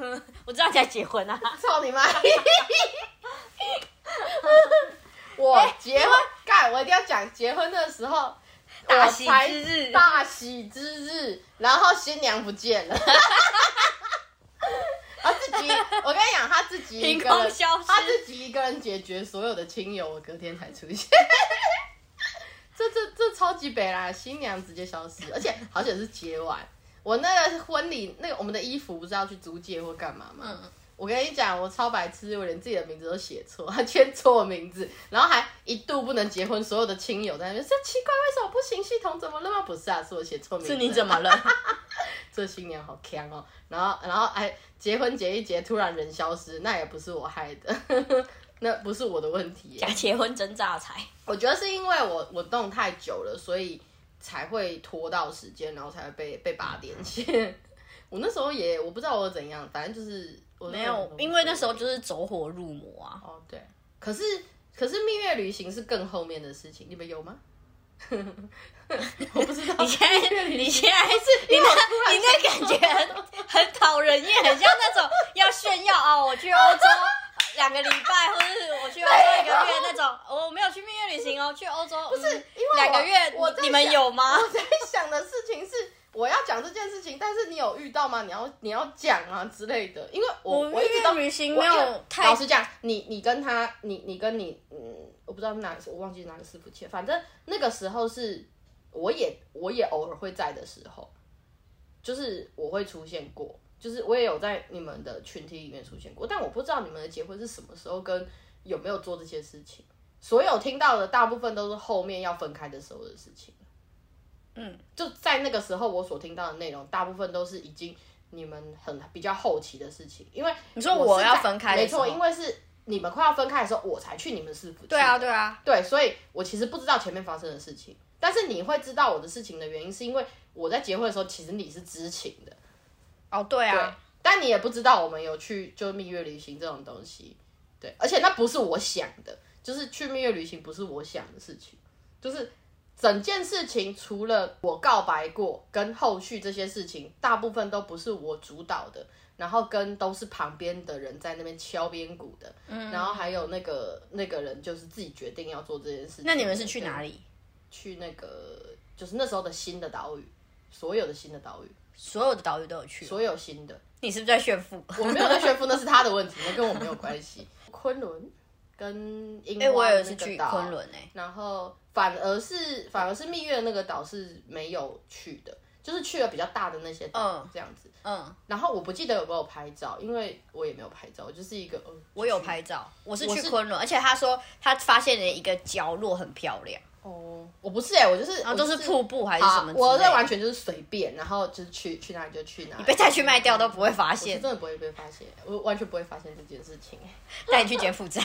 Speaker 3: 我知道你在结婚啊。
Speaker 2: 操你妈！我
Speaker 3: 哎
Speaker 2: 结婚，干、我一定要讲结婚的时候，
Speaker 3: 大
Speaker 2: 我
Speaker 3: 喜
Speaker 2: 才
Speaker 3: 之日
Speaker 2: 大喜之日，然后新娘不见了。他自己，我跟你讲，他自己一个
Speaker 3: 凭空
Speaker 2: 人
Speaker 3: 消失，
Speaker 2: 他自己一个人解决所有的亲友，我隔天才出现。 这这这超级北啦！新娘直接消失，而且好险是结完。我那个婚礼，那个我们的衣服不是要去租借或干嘛吗？
Speaker 3: 嗯
Speaker 2: 我跟你讲，我超白痴，我连自己的名字都写错， 还签错我名字，然后还一度不能结婚，所有的亲友在那边说奇怪，为什么不行？系统怎么了吗？不是啊，是我写错名字。
Speaker 3: 是你怎？么了？
Speaker 2: 这新娘好强哦。然后，然后哎，结婚结一结，突然人消失，那也不是我害的， 那不是我的问题耶
Speaker 3: 假。结婚真榨财，
Speaker 2: 我觉得是因为我我弄太久了，所以才会拖到时间，然后才会被被拔
Speaker 3: 嗯
Speaker 2: 点线。 我那时候也我不知道我怎样，反正就是我
Speaker 3: 没有，因为那时候就是走火入魔啊。
Speaker 2: 哦对，可是可是蜜月旅行是更后面的事情，你们有吗？ 我不知道。
Speaker 3: 你现在，你现在是你
Speaker 2: 因为我突
Speaker 3: 那
Speaker 2: 然
Speaker 3: 你那感觉很很讨人厌，很像那种要炫耀哦，我去 欧洲两个礼拜，或者是我去欧洲一个月那种。哦我没有去蜜月旅行哦，去欧洲不是
Speaker 2: 因为
Speaker 3: 两
Speaker 2: 我
Speaker 3: 个月，
Speaker 2: 我
Speaker 3: 你
Speaker 2: 在
Speaker 3: 你们
Speaker 2: 想
Speaker 3: 有吗？
Speaker 2: 我在想的事情是，我要讲这件事情，但是你有遇到吗？你要你要讲啊之类的，因为我
Speaker 3: 我
Speaker 2: 我一直都
Speaker 3: 蜜月旅行
Speaker 2: 我
Speaker 3: 没有
Speaker 2: 因为
Speaker 3: 太
Speaker 2: 老实讲，你你跟他，你你跟你，嗯，我不知道哪个，我忘记哪个师傅签，反正那个时候是我也我也偶尔会在的时候，就是我会出现过，就是我也有在你们的群体里面出现过，但我不知道你们的结婚是什么时候跟有没有做这些事情。所有听到的大部分都是后面要分开的时候的事情。
Speaker 3: 嗯，
Speaker 2: 就在那个时候，我所听到的内容，大部分都是已经你们很比较后期的事情，因为
Speaker 3: 你说
Speaker 2: 我
Speaker 3: 我
Speaker 2: 是
Speaker 3: 要
Speaker 2: 在
Speaker 3: 分开的
Speaker 2: 没
Speaker 3: 时候
Speaker 2: 错，因为是你们快要分开的时候，我才去你们师傅。
Speaker 3: 对啊，，对啊，
Speaker 2: 对，所以我其实不知道前面发生的事情，但是你会知道我的事情的原因，是因为我在结婚的时候，其实你是知情的，
Speaker 3: 哦，对
Speaker 2: 对
Speaker 3: 啊，，
Speaker 2: 但你也不知道我们有去就蜜月旅行这种东西，对，而且那不是我想的，就是去蜜月旅行不是我想的事情，就是整件事情除了我告白过跟后续这些事情，大部分都不是我主导的，然后跟都是旁边的人在那边敲边鼓的，嗯，然后还有那个那个人就是自己决定要做这件事情。
Speaker 3: 那你们是去哪
Speaker 2: 里？
Speaker 3: 里？
Speaker 2: 去那个就是那时候的新的岛屿，所有的新的岛屿，
Speaker 3: 所有的岛屿都有去，
Speaker 2: 所有新的。
Speaker 3: 你是不是在炫富？
Speaker 2: 我没有在炫富，那是他的问题，那跟我没有关系。 昆仑跟樱
Speaker 3: 哎、
Speaker 2: 花
Speaker 3: 我
Speaker 2: 的
Speaker 3: 也
Speaker 2: 那
Speaker 3: 是
Speaker 2: 个
Speaker 3: 去
Speaker 2: 岛
Speaker 3: 昆仑诶、欸
Speaker 2: 然后反而是反而是蜜月的那个岛是没有去的，就是去了比较大的那些岛、
Speaker 3: 嗯
Speaker 2: 这样子。
Speaker 3: 嗯，
Speaker 2: 然后我不记得有没有拍照，因为我也没有拍照，我就是一个、呃、
Speaker 3: 我有拍照，我是
Speaker 2: 我
Speaker 3: 去
Speaker 2: 是
Speaker 3: 昆仑，而且他说他发现了一个角落很漂亮，
Speaker 2: 哦，我不是哎、我就是
Speaker 3: 然后
Speaker 2: 我
Speaker 3: 啊都
Speaker 2: 就是
Speaker 3: 瀑布还是什
Speaker 2: 啊
Speaker 3: 么之类的，
Speaker 2: 我这完全就是随便，然后就是去去哪里就去哪里，
Speaker 3: 被带去卖掉都不会发
Speaker 2: 我是
Speaker 3: 现，
Speaker 2: 真的不会被发现，我完全不会发现这件事情、哎
Speaker 3: 带你去柬 埔寨。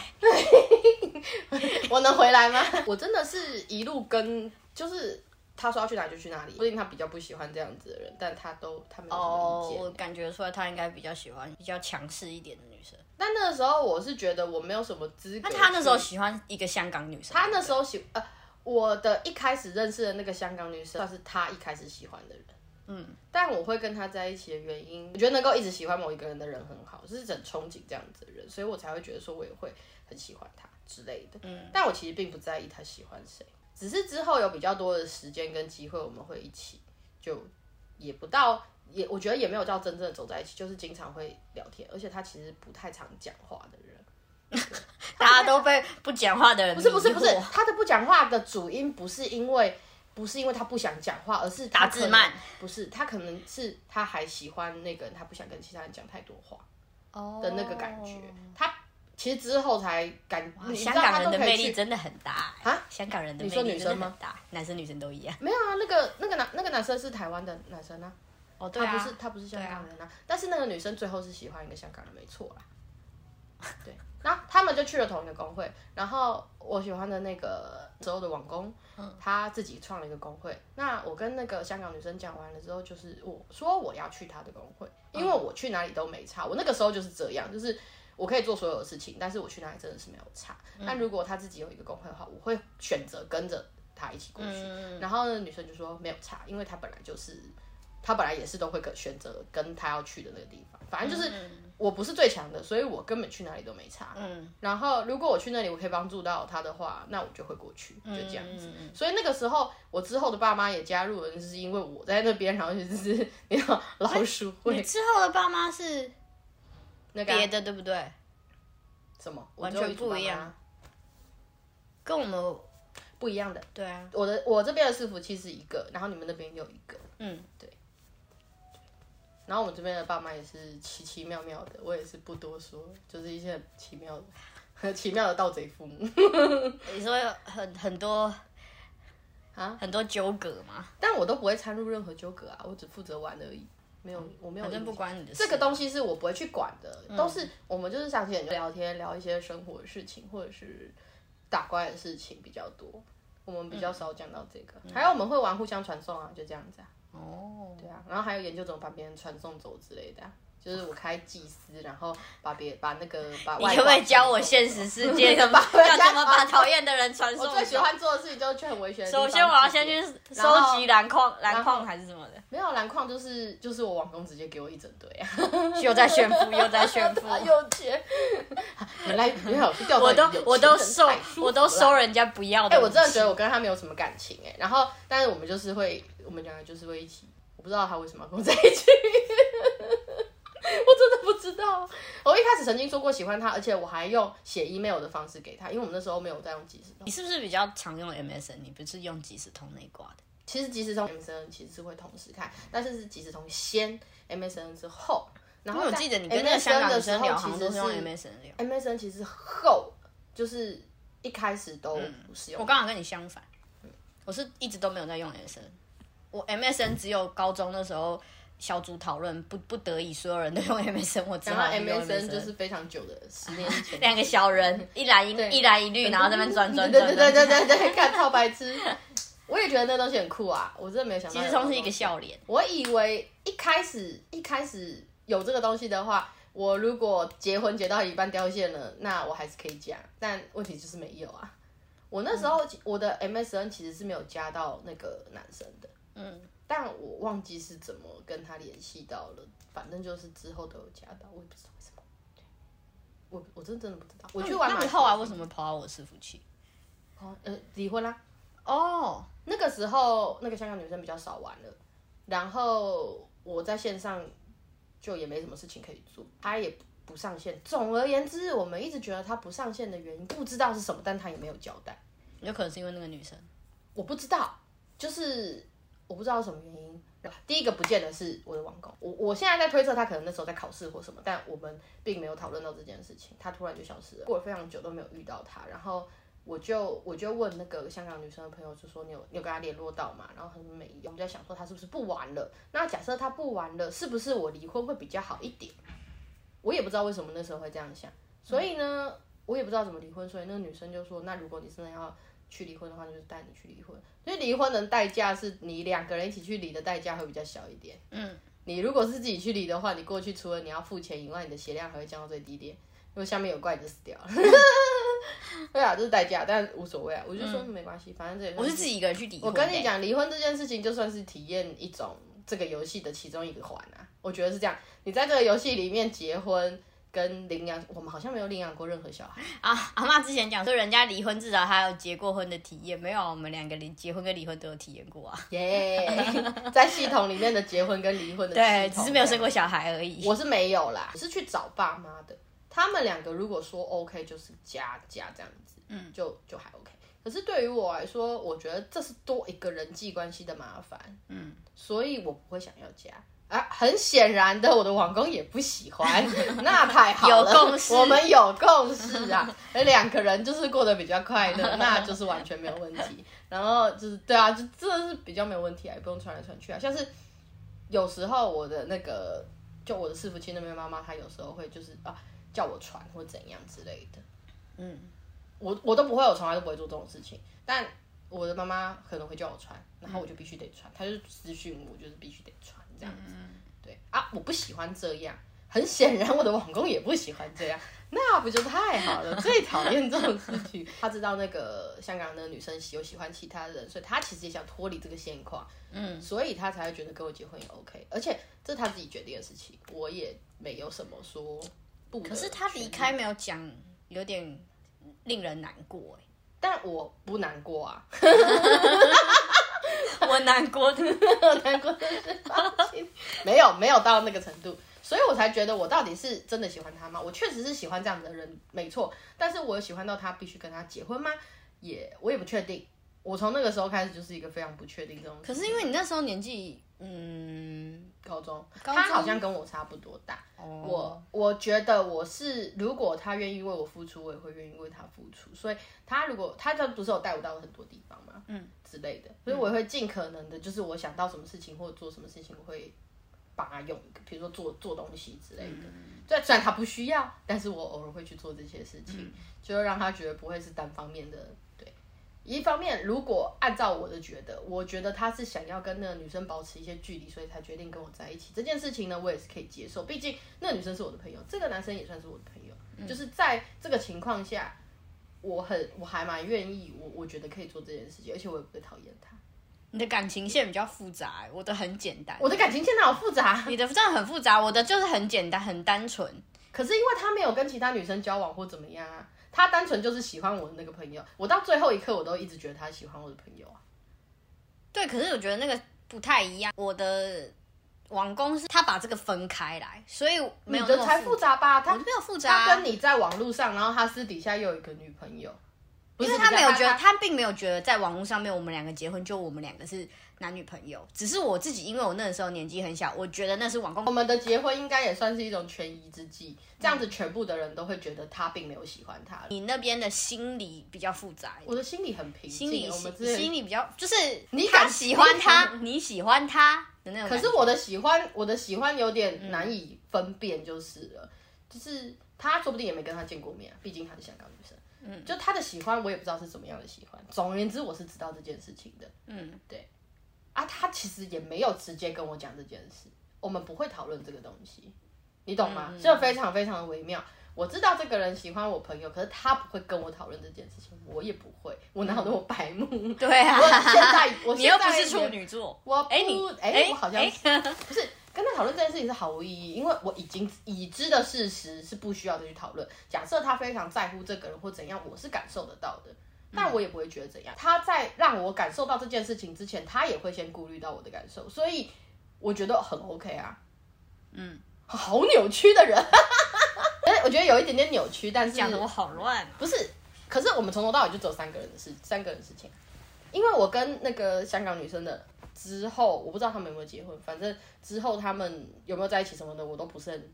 Speaker 2: 我能回来吗？ 我真的是一路跟，就是他说要去哪就去哪里。说不定他比较不喜欢这样子的人，但他都他没有什么
Speaker 3: 哦
Speaker 2: 意，见。
Speaker 3: 我感觉出来他应该比较喜欢比较强势一点的女生。
Speaker 2: 但那个时候我是觉得我没有什么资格
Speaker 3: 那
Speaker 2: 去。
Speaker 3: 他那时候喜欢一个香港女生，
Speaker 2: 他那时候喜呃，我的一开始认识的那个香港女生，算是他一开始喜欢的人。嗯，但我会跟他在一起的原因，我觉得能够一直喜欢某一个人的人很好，就是很憧憬这样子的人，所以我才会觉得说我也会很喜欢他之类的。嗯，但我其实并不在意他喜欢谁，只是之后有比较多的时间跟机会，我们会一起，就也不到。也我觉得也没有到真正的走在一起，就是经常会聊天，而且他其实不太常讲话的人，
Speaker 3: 大家都被不讲话的人
Speaker 2: 不是不是不是
Speaker 3: 迷惑，
Speaker 2: 他的不讲话的主因不是因为不是因为他不想讲话，而是他
Speaker 3: 打字慢
Speaker 2: 可能，不是他可能是他还喜欢那个人，他不想跟其他人讲太多话的那个感觉。他其实之后才感，
Speaker 3: 哦哇
Speaker 2: 你知道
Speaker 3: 香
Speaker 2: 他
Speaker 3: 港
Speaker 2: 都
Speaker 3: 人的
Speaker 2: 可
Speaker 3: 魅
Speaker 2: 以
Speaker 3: 力
Speaker 2: 去。
Speaker 3: 真的很大欸
Speaker 2: 啊！
Speaker 3: 香港人的
Speaker 2: 你
Speaker 3: 魅
Speaker 2: 说
Speaker 3: 力
Speaker 2: 女
Speaker 3: 真的
Speaker 2: 生吗
Speaker 3: 很大，男生女生都一 样。
Speaker 2: 没有啊，那个那个男那个男生是台湾的男生啊，
Speaker 3: 哦，对
Speaker 2: 他
Speaker 3: 啊，
Speaker 2: 不是他不是香港人啊，但是那个女生最后是喜欢一个香港人，没错啦。对，然后他们就去了同一个工会，然后我喜欢的那个时候的网工，他自己创了一个工会。那我跟那个香港女生讲完了之后，就是我说我要去他的工会，因为我去哪里都没差。我那个时候就是这样，就是我可以做所有的事情，但是我去哪里真的是没有差。那、如果他自己有一个工会的话，我会选择跟着他一起过去。然后呢，女生就说没有差，因为她本来就是，她本来也是都会跟选择跟她要去的那个地方。反正就是
Speaker 3: 嗯
Speaker 2: 我不是最强的，所以我根本去哪里都没差。嗯，然后如果我去那里我可以帮助到她的话，那我就会过去，
Speaker 3: 嗯
Speaker 2: 就这样子。所以那个时候，我之后的爸妈也加入了，就是 因为我在那边，然后就是你知道老鼠
Speaker 3: 你
Speaker 2: 会
Speaker 3: 之后的爸妈是
Speaker 2: 那个啊
Speaker 3: 别的，对不对？
Speaker 2: 什么，
Speaker 3: 完全
Speaker 2: 我只有组
Speaker 3: 不一样
Speaker 2: 爸妈，
Speaker 3: 跟我们
Speaker 2: 不一样的。
Speaker 3: 对啊，
Speaker 2: 我的我这边的伺服器是一个，然后你们那边有一个，
Speaker 3: 嗯，
Speaker 2: 对。然后我们这边的爸妈也是奇奇妙妙的，我也是不多说，就是一些很奇妙的、很奇妙的 盗贼父母。
Speaker 3: 你说有很很多
Speaker 2: 啊，
Speaker 3: 很多纠葛嘛，
Speaker 2: 但我都不会参入任何纠葛啊，我只负责玩而已，没有，我没有
Speaker 3: 嗯反正
Speaker 2: 影
Speaker 3: 不
Speaker 2: 响
Speaker 3: 关你的嗯事。
Speaker 2: 这个东西是我不会去管的，都是我们就是想天聊天，聊一些生活的事情或者是打怪的事情比较多，我们比较
Speaker 3: 嗯
Speaker 2: 少讲到这个。还有我们会玩互相传送啊，就这样子啊，
Speaker 3: 哦，
Speaker 2: 对啊，然后还有研究怎么把别人传送走之类的啊、就是我开祭司，然后把别把那个把
Speaker 3: 你
Speaker 2: 外
Speaker 3: 可不可以
Speaker 2: 挂
Speaker 3: 教我现实世界怎 么
Speaker 2: 把人
Speaker 3: 要
Speaker 2: 家
Speaker 3: 怎么把讨厌的人传送
Speaker 2: 我
Speaker 3: 走？
Speaker 2: 最喜欢做的事情就是去很危险的地
Speaker 3: 首
Speaker 2: 方
Speaker 3: 先我要先
Speaker 2: 集结
Speaker 3: 去
Speaker 2: 然后
Speaker 3: 收集篮矿、篮
Speaker 2: 后
Speaker 3: 矿还是什么的，
Speaker 2: 没有篮筐，就是就是我网工直接给我一整堆啊，
Speaker 3: 又在炫富，又在炫 富。
Speaker 2: 有钱，原来原来我是掉到
Speaker 3: 啊我都
Speaker 2: 哎有钱
Speaker 3: 我都
Speaker 2: 人
Speaker 3: 收
Speaker 2: 太舒服
Speaker 3: 我都
Speaker 2: 了
Speaker 3: 收人家不要的
Speaker 2: 哎、
Speaker 3: 武器。
Speaker 2: 我真的觉得我跟他没有什么感情哎、然后但是我们就是会，我们两个就是会一起，我不知道他为什么要跟我在一起， 我真的不知道。我一开始曾经说过喜欢他，而且我还用写 email 的方式给他，因为我们那时候没有在用即时通
Speaker 3: 你。是不是比较常用 MSN？你不是用即时通那一挂的？
Speaker 2: 其实即时通 MSN 其实是会同时看，但是是即时通先 MSN 之后，然
Speaker 3: 因
Speaker 2: 后
Speaker 3: 为我
Speaker 2: 在
Speaker 3: 记得你跟那个香
Speaker 2: MSN
Speaker 3: 港女
Speaker 2: 的时
Speaker 3: 生
Speaker 2: 候
Speaker 3: 聊，
Speaker 2: 其
Speaker 3: 好像都
Speaker 2: 实
Speaker 3: 是用 MSN 聊。
Speaker 2: MSN 其实后就是一开始都不是用，
Speaker 3: 嗯我刚好跟你相反，我是一直都没有在用 MSN，我 MSN 只有高中的时候小组讨论，不不得已所有人都用 MSN，我只
Speaker 2: 然后
Speaker 3: 好用
Speaker 2: MSN 就是非常久的十年以 前。
Speaker 3: 两个小人一蓝一
Speaker 2: 对
Speaker 3: 一蓝一绿，然后在那边转转
Speaker 2: 对
Speaker 3: 转
Speaker 2: 对对
Speaker 3: 转。
Speaker 2: 对对对，看超白痴。我也觉得那东西很酷啊，我真的没有想到。
Speaker 3: 其实通是一个，笑脸，
Speaker 2: 我以为一开始一开始有这个东西的话，我如果结婚结到一半掉线了，那我还是可以加，但问题就是没有啊。我那时候、
Speaker 3: 嗯
Speaker 2: 我的 MSN 其实是没有加到那个男生的，
Speaker 3: 嗯，
Speaker 2: 但我忘记是怎么跟他联系到了，反正就是之后都有加到，我也不知道为什么。我我真的真的不知道，我去玩
Speaker 3: 那
Speaker 2: 马
Speaker 3: 你
Speaker 2: 戏
Speaker 3: 后来为什么跑到我伺服器？
Speaker 2: 哦呃离婚啦、
Speaker 3: 哦，
Speaker 2: 那个时候那个香港女生比较少玩了，然后我在线上就也没什么事情可以做，她也不上线。总而言之，我们一直觉得她不上线的原因不知道是什么，但她也没有交代，
Speaker 3: 有可能是因为那个女生，
Speaker 2: 我不知道，就是我不知道什么原因。第一个不见得是我的网工，我我现在在推测她可能那时候在考试或什么，但我们并没有讨论到这件事情，她突然就消失了，过了非常久都没有遇到她，然后我就我就问那个香港女生的朋友，就说你有你有跟她联络到吗？然后她说没有，我们在想说她是不是不玩了？那假设她不玩了，是不是我离婚会比较好一点？我也不知道为什么那时候会这样想，所以呢，我也不知道怎么离婚，所以那个女生就说，那如果你真的要去离婚的话，那就是带你去离婚，因为离婚的代价是你两个人一起去离的代价会比较小一点。
Speaker 3: 嗯，
Speaker 2: 你如果是自己去离的话，你过去除了你要付钱以外，你的血量还会降到最低点，如果下面有怪你就死掉了。 对啊，这是代价，但无所谓啊。我就说没关系，反正这也
Speaker 3: 嗯我
Speaker 2: 算
Speaker 3: 是自己一个人去离婚。
Speaker 2: 我跟你，讲，离婚这件事情就算是体验一种这个游戏的其中一个环啊，我觉得是这样。你在这个游戏里面结婚跟领养，我们好像没有领养过任何小 孩，
Speaker 3: 啊，阿妈之前讲说人家离婚至少还有结过婚的体验，没有啊我们两个离结婚跟离婚都有体验过啊。
Speaker 2: 耶、 在系统里面的结婚跟离婚的
Speaker 3: 对，
Speaker 2: 系
Speaker 3: 只
Speaker 2: 统
Speaker 3: 是没有生过小孩而已。
Speaker 2: 我是没有啦，我是去找爸妈的。他们两个如果说 OK，就是加加这样子，嗯，就就还 OK。可是对于我来说，我觉得这是多一个人际关系的麻烦，嗯，所以我不会想要加。啊，很显然的，我的网工也不喜 欢，那太好了，
Speaker 3: 有共识
Speaker 2: 我们有共识啊，而两个人就是过得比较快乐，那就是完全没有问题。 然后就是对啊，就真的是比较没有问题啊，也不用传来传去啊。像是有时候我的那个就我的伺服器那边妈妈，她有时候会就是啊叫我传或怎样之类的，
Speaker 3: 嗯，
Speaker 2: 我我都不会，我从来都不会做这种事情。但我的妈妈可能会叫我传，然后我就必须得传，她就私讯我，就是必须得传这样子。
Speaker 3: 嗯
Speaker 2: 对啊，我不喜欢这样。很显然，我的网工也不喜欢这样，那不就太好了？最讨厌这种事情。他知道那个香港的女生喜有喜欢其他人，所以他其实也想脱离这个现况，嗯，所以他才会觉得跟我结婚也 OK，而且这是他自己决定的事情，我也没有什么说不的
Speaker 3: 可是他离
Speaker 2: 权利
Speaker 3: 开没有讲，有点令人难过哎、
Speaker 2: 但我不难过啊，
Speaker 3: 我难过的，
Speaker 2: 难过的是放弃， 没有没有到那个程度，所以我才觉得我到底是真的喜欢他吗？我确实是喜欢这样的人，没错，但是我有喜欢到他必须跟他结婚吗？也我也不确定。我从那个时候开始就是一个非常不确定这种。
Speaker 3: 可是因为你那时候年纪，嗯，
Speaker 2: 高中，
Speaker 3: 高中哦
Speaker 2: 他好像跟我差不多大。
Speaker 3: 我
Speaker 2: 我我觉得我是，如果他愿意为我付出，我也会愿意为他付出。所以他如果他这不是有带我到很多地方嘛，嗯之类的，所以我会尽可能的，就是我想到什么事情或者做什么事情，我会帮他用，比如说做做东西之类的。
Speaker 3: 嗯
Speaker 2: 虽然虽然他不需要，
Speaker 3: 嗯
Speaker 2: 但是我偶尔会去做这些事情，就让他觉得不会是单方面的。对，一方面，如果按照我的觉得，我觉得他是想要跟那个女生保持一些距离，所以才决定跟我在一起。这件事情呢，我也是可以接受，毕竟那个女生是我的朋友，这个男生也算是我的朋友。
Speaker 3: 嗯
Speaker 2: 就是在这个情况下，我很我还蛮愿意，我我觉得可以做这件事情，而且我也不会讨厌他。
Speaker 3: 你的感情线比较复杂、欸我的很简单。
Speaker 2: 我的感情现在好复 杂，
Speaker 3: 你的真的很复杂，我的就是很简单，很单纯。
Speaker 2: 可是因为他没有跟其他女生交往或怎么样啊，他单纯就是喜欢我的那个朋友。我到最后一刻，我都一直觉得他喜欢我的朋友啊。
Speaker 3: 对，可是我觉得那个不太一样。我的网工是他把这个分开来，所以没
Speaker 2: 你
Speaker 3: 有那
Speaker 2: 的
Speaker 3: 么
Speaker 2: 才复杂吧？
Speaker 3: 我
Speaker 2: 他
Speaker 3: 就没有复杂、
Speaker 2: 他跟你在网络上，然后他私底下又有一个女朋友，不
Speaker 3: 因
Speaker 2: 是
Speaker 3: 为他
Speaker 2: 底
Speaker 3: 没
Speaker 2: 下
Speaker 3: 有觉得，他并没有觉得在网络上面我们两个结婚，就我们两个是男女朋友。只是我自己，因为我那个时候年纪很小，我觉得那是网
Speaker 2: 我
Speaker 3: 工。
Speaker 2: 们的结婚应该也算是一种权宜之计，这样子全部的人都会觉得他并没有喜欢他。
Speaker 3: 你那边的心理比较复杂一点，
Speaker 2: 我的心里很平
Speaker 3: 心理
Speaker 2: 静，我们之
Speaker 3: 心
Speaker 2: 前。
Speaker 3: 理比较就是
Speaker 2: 你
Speaker 3: 敢
Speaker 2: 敢
Speaker 3: 喜欢他，你喜欢他的那种
Speaker 2: 可
Speaker 3: 感觉。
Speaker 2: 是我的喜欢，我的喜欢有
Speaker 3: 嗯
Speaker 2: 点难以分辨，就是了，就是他说不定也没跟他见过面、啊，毕竟他是香港女生。嗯，就他的喜欢，我也不知道是怎么样的喜欢。总而言之，我是知道这件事情的。
Speaker 3: 嗯，
Speaker 2: 对。啊，他其实也没有直接跟我讲这件事，我们不会讨论这个东西，你懂
Speaker 3: 嗯
Speaker 2: 吗？这、非常非常的微妙。我知道这个人喜欢我朋友，可是他不会跟我讨论这件事情，我也不会，我哪有那么白 目？
Speaker 3: 对啊，
Speaker 2: 我现在我
Speaker 3: 你又不
Speaker 2: 现在
Speaker 3: 是
Speaker 2: 也
Speaker 3: 处女座，
Speaker 2: 我
Speaker 3: 哎你
Speaker 2: 不哎、
Speaker 3: 哎
Speaker 2: 我好像
Speaker 3: 哎
Speaker 2: 是、不是跟他讨论这件事情是毫无意义，因为我已经已知的事实是不需要再去讨论。假设他非常在乎这个人或怎样，我是感受得到的，但我也不会觉得怎样。他在让我感受到这件事情之前，他也会先顾虑到我的感受，所以我觉得很 OK 啊。
Speaker 3: 嗯，
Speaker 2: 好扭曲的人， 哎，我觉得有一点点扭曲，但是
Speaker 3: 讲的我好乱。啊
Speaker 2: 不是，可是我们从头到尾就只有三个人的事，三个人的事情。因为我跟那个香港女生的之后，我不知道他们有没有结婚，反正之后他们有没有在一起什么的，我都不是很，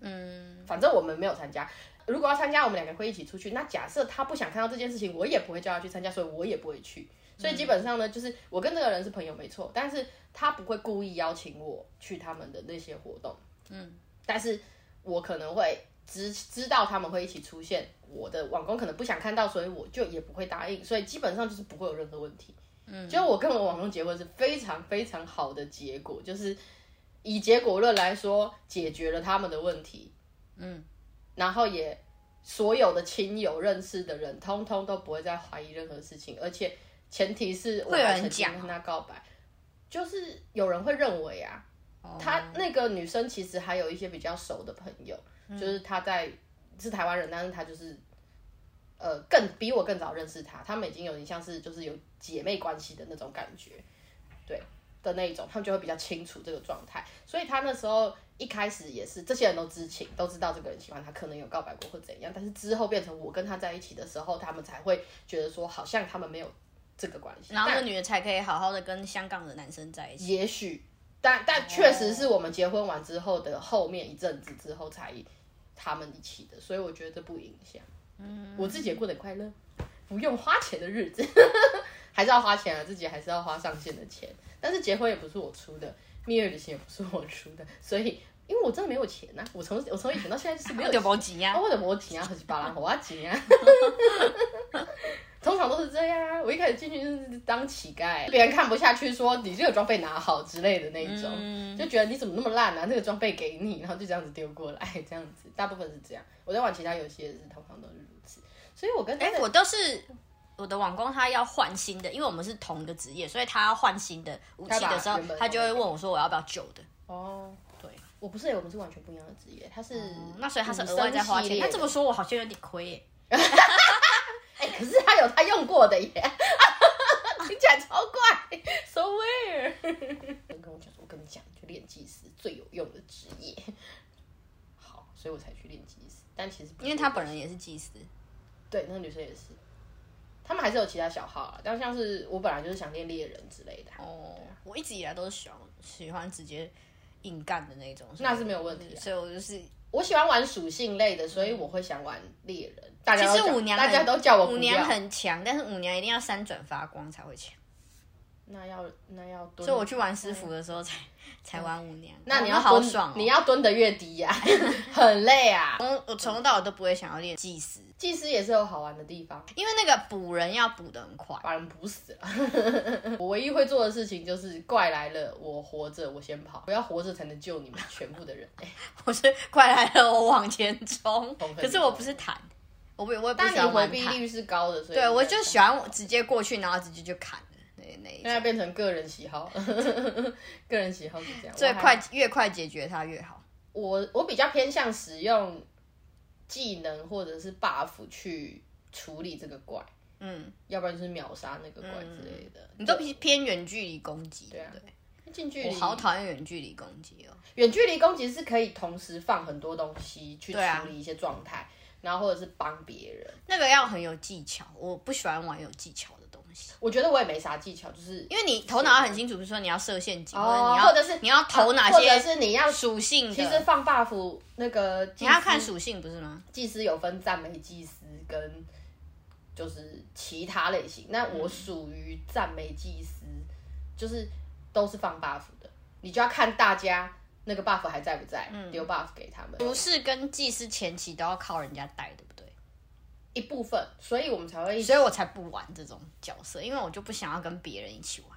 Speaker 3: 嗯，
Speaker 2: 反正我们没有参加。如果要参加，我们两个会一起出去。那假设他不想看到这件事情，我也不会叫他去参加，所以我也不会去。所以基本上呢，就是我跟这个人是朋友没错，但是他不会故意邀请我去他们的那些活动。
Speaker 3: 嗯，
Speaker 2: 但是我可能会知知道他们会一起出现，我的网工可能不想看到，所以我就也不会答应，所以基本上就是不会有任何问题。嗯，就我跟我网工结婚是非常非常好的结果，就是以结果论来说，解决了他们的问题。
Speaker 3: 嗯，
Speaker 2: 然后也所有的亲友认识的人，通通都不会再怀疑任何事情，而且前提是我
Speaker 3: 会有人
Speaker 2: 曾经
Speaker 3: 讲
Speaker 2: 跟他告白，就是有人会认为啊，
Speaker 3: 哦
Speaker 2: 她那个女生其实还有一些比较熟的朋友，
Speaker 3: 嗯
Speaker 2: 就是她在是台湾人，但是她就是呃更比我更早认识她，她们已经有点像是就是有姐妹关系的那种感觉，对的那一种，他们就会比较清楚这个状态，所以她那时候一开始也是这些人都知情，都知道这个人喜欢她，可能有告白过或怎样，但是之后变成我跟她在一起的时候，他们才会觉得说好像他们没有这个关系，
Speaker 3: 然后
Speaker 2: 但
Speaker 3: 那女的才可以好好的跟香港的男生在一起。
Speaker 2: 也许，但但确实是我们结婚完之后的后面一阵子之后才他们一起的，所以我觉得这不影响。嗯，我自己也过得快乐，不用花钱的日子， 还是要花钱啊，自己还是要花上限的钱。但是结婚也不是我出的，蜜月旅行也不是我出的，所以因为我真的没有钱呐、啊我从我从以前到现在就是没有
Speaker 3: 有
Speaker 2: 钱
Speaker 3: 点毛急呀
Speaker 2: 啊，，我的摩琴啊，还是巴拉我啊琴啊，通常都是这样啊。我一开始进去就是当乞丐，别人看不下去说你这个装备拿好之类的那一种，就觉得你怎么那么烂啊，这个装备给你，然后就这样子丢过来，这样子，大部分是这样。我在玩其他游戏也是，通常都是如此。所以我跟他
Speaker 3: 哎、
Speaker 2: 的
Speaker 3: 我都是我的网工，他要换新的，因为我们是同一个职业，所以他要换新的武器的时
Speaker 2: 他
Speaker 3: 候
Speaker 2: 把原本的，
Speaker 3: 他就会问我说我要不要旧的。
Speaker 2: 哦，
Speaker 3: 对，
Speaker 2: 我不是，我们是完全不一样的职业，他是、
Speaker 3: 那所以他是额外在花钱。那这么说，我好像有点亏耶。
Speaker 2: 哎、可是他有他用过的耶， 听起来超怪，so weird。跟我讲说，我跟你讲，就练技师最有用的职业。好，所以我才去练技师，但其实不是
Speaker 3: 因为他本人也是技师，
Speaker 2: 对那个女生也是，他们还是有其他小号啊，但像是我本来就是想练猎人之类的啊，
Speaker 3: 哦，我一直以来都是喜欢喜欢直接硬干的那种，
Speaker 2: 那是没有问题啊
Speaker 3: 所以我就是
Speaker 2: 我喜欢玩属性类的，所以我会想玩猎人。大家都
Speaker 3: 其实
Speaker 2: 叫
Speaker 3: 舞娘
Speaker 2: 大
Speaker 3: 很
Speaker 2: 家都叫我
Speaker 3: 舞
Speaker 2: 不
Speaker 3: 娘
Speaker 2: 要。
Speaker 3: 很强，但是舞娘一定要三转发光才会强。
Speaker 2: 那要那要蹲，
Speaker 3: 所以我去玩私服的时候才才玩舞娘，
Speaker 2: 那你
Speaker 3: 我
Speaker 2: 要
Speaker 3: 好
Speaker 2: 蹲
Speaker 3: 爽哦！
Speaker 2: 你要蹲的越低呀、 很累啊。
Speaker 3: 从我从头到尾都不会想要练技师，
Speaker 2: 技师也是有好玩的地方，
Speaker 3: 因为那个补人要补得很快。
Speaker 2: 把人补死了。啊 我唯一会做的事情就是怪来了，我活着我先跑，我要活着才能救你们全部 的人。哎
Speaker 3: 我是快来了，我往前 冲
Speaker 2: 从，
Speaker 3: 可是我不是弹，我不我也不
Speaker 2: 但
Speaker 3: 喜
Speaker 2: 你
Speaker 3: 欢
Speaker 2: 回
Speaker 3: 玩
Speaker 2: 避
Speaker 3: 弹，
Speaker 2: 率是高的，所以
Speaker 3: 对我就喜欢直接过去，然后直接就砍了那那一
Speaker 2: 现在
Speaker 3: 种，
Speaker 2: 变成个人喜好， 个人喜好是这样。
Speaker 3: 最
Speaker 2: 我还
Speaker 3: 快越快解决它越好。
Speaker 2: 我我比较偏向使用技能或者是 buff 去处理这个怪，
Speaker 3: 嗯，
Speaker 2: 要不然就是秒杀那个怪之类的。
Speaker 3: 你都偏偏远距离攻击，对
Speaker 2: 啊嗯
Speaker 3: 不对？
Speaker 2: 近距离，
Speaker 3: 我好讨厌远距离攻击哦。
Speaker 2: 远距离攻击是可以同时放很多东西去
Speaker 3: 对啊
Speaker 2: 处理一些状态，然后或者是帮别人。
Speaker 3: 那个要很有技巧，我不喜欢玩有技巧的东西，
Speaker 2: 我觉得我也没啥技巧，就是
Speaker 3: 因为你头脑要很清楚，比如说你要设陷阱，
Speaker 2: 哦，
Speaker 3: 或
Speaker 2: 或
Speaker 3: 者
Speaker 2: 者是
Speaker 3: 你要
Speaker 2: 啊
Speaker 3: 你要投哪
Speaker 2: 或者
Speaker 3: 些
Speaker 2: 是你要
Speaker 3: 属性的，
Speaker 2: 其实嗯放 buff 那个你
Speaker 3: 你要看属性不是吗？
Speaker 2: 祭司有分赞美祭司跟就是其他类型，那
Speaker 3: 嗯
Speaker 2: 我属于赞美祭司，就是都是放 buff 的，你就要看大家那个 buff 还在不在，
Speaker 3: 嗯
Speaker 2: 留 buff 给他们，
Speaker 3: 不是跟技师前期都要靠人家带，对不对？
Speaker 2: 一部分，所以我们才会一
Speaker 3: 所以我才不玩这种角色，因为我就不想要跟别人一起玩。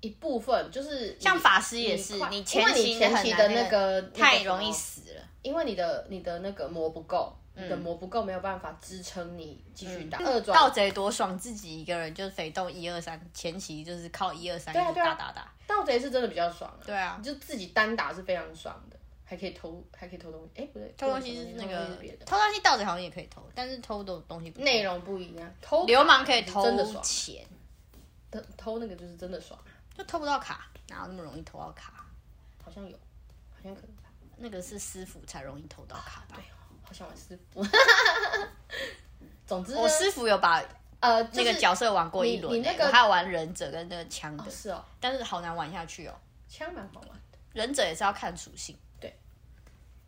Speaker 2: 一部分就是你
Speaker 3: 像法师也是
Speaker 2: 快，
Speaker 3: 你
Speaker 2: 因
Speaker 3: 前
Speaker 2: 为
Speaker 3: 期
Speaker 2: 你前期的
Speaker 3: 很
Speaker 2: 那
Speaker 3: 难
Speaker 2: 个
Speaker 3: 太容
Speaker 2: 那个
Speaker 3: 易，
Speaker 2: 什么
Speaker 3: 死嗯了。
Speaker 2: 因为你的你的那个魔不够。你的魔不够，没有办法支撑你继
Speaker 3: 嗯
Speaker 2: 续打二转
Speaker 3: 盗贼多爽，自己一个人就是肥动一二三，前期就是靠一二三
Speaker 2: 对啊
Speaker 3: 一直
Speaker 2: 对啊
Speaker 3: 打打打。
Speaker 2: 盗贼是真的比较爽啊，
Speaker 3: 对啊
Speaker 2: 你就自己单打是非常爽的，还可以偷，还可以偷东西，哎、不对，
Speaker 3: 偷东西
Speaker 2: 不
Speaker 3: 是
Speaker 2: 能偷
Speaker 3: 那
Speaker 2: 东西
Speaker 3: 个
Speaker 2: 是别的
Speaker 3: 偷东西，盗贼好像也可以偷，但是偷的东西不
Speaker 2: 内容不一样，偷
Speaker 3: 流氓可以偷
Speaker 2: 真的爽，
Speaker 3: 钱，
Speaker 2: 偷偷那个就是真的爽，啊
Speaker 3: 就偷不到卡，哪有那么容易偷到卡？
Speaker 2: 好像有，好像可能吧，
Speaker 3: 那个是师傅才容易偷到卡吧
Speaker 2: 对？，好想玩师傅， 总之呢
Speaker 3: 我师傅有把
Speaker 2: 呃、就
Speaker 3: 那
Speaker 2: 是、
Speaker 3: 个角色玩过一轮、欸
Speaker 2: 你你那个
Speaker 3: 我还有玩忍者跟那个枪的、
Speaker 2: 哦是哦，
Speaker 3: 但是好难玩下去哦。
Speaker 2: 枪蛮好玩的，
Speaker 3: 忍者也是要看属性，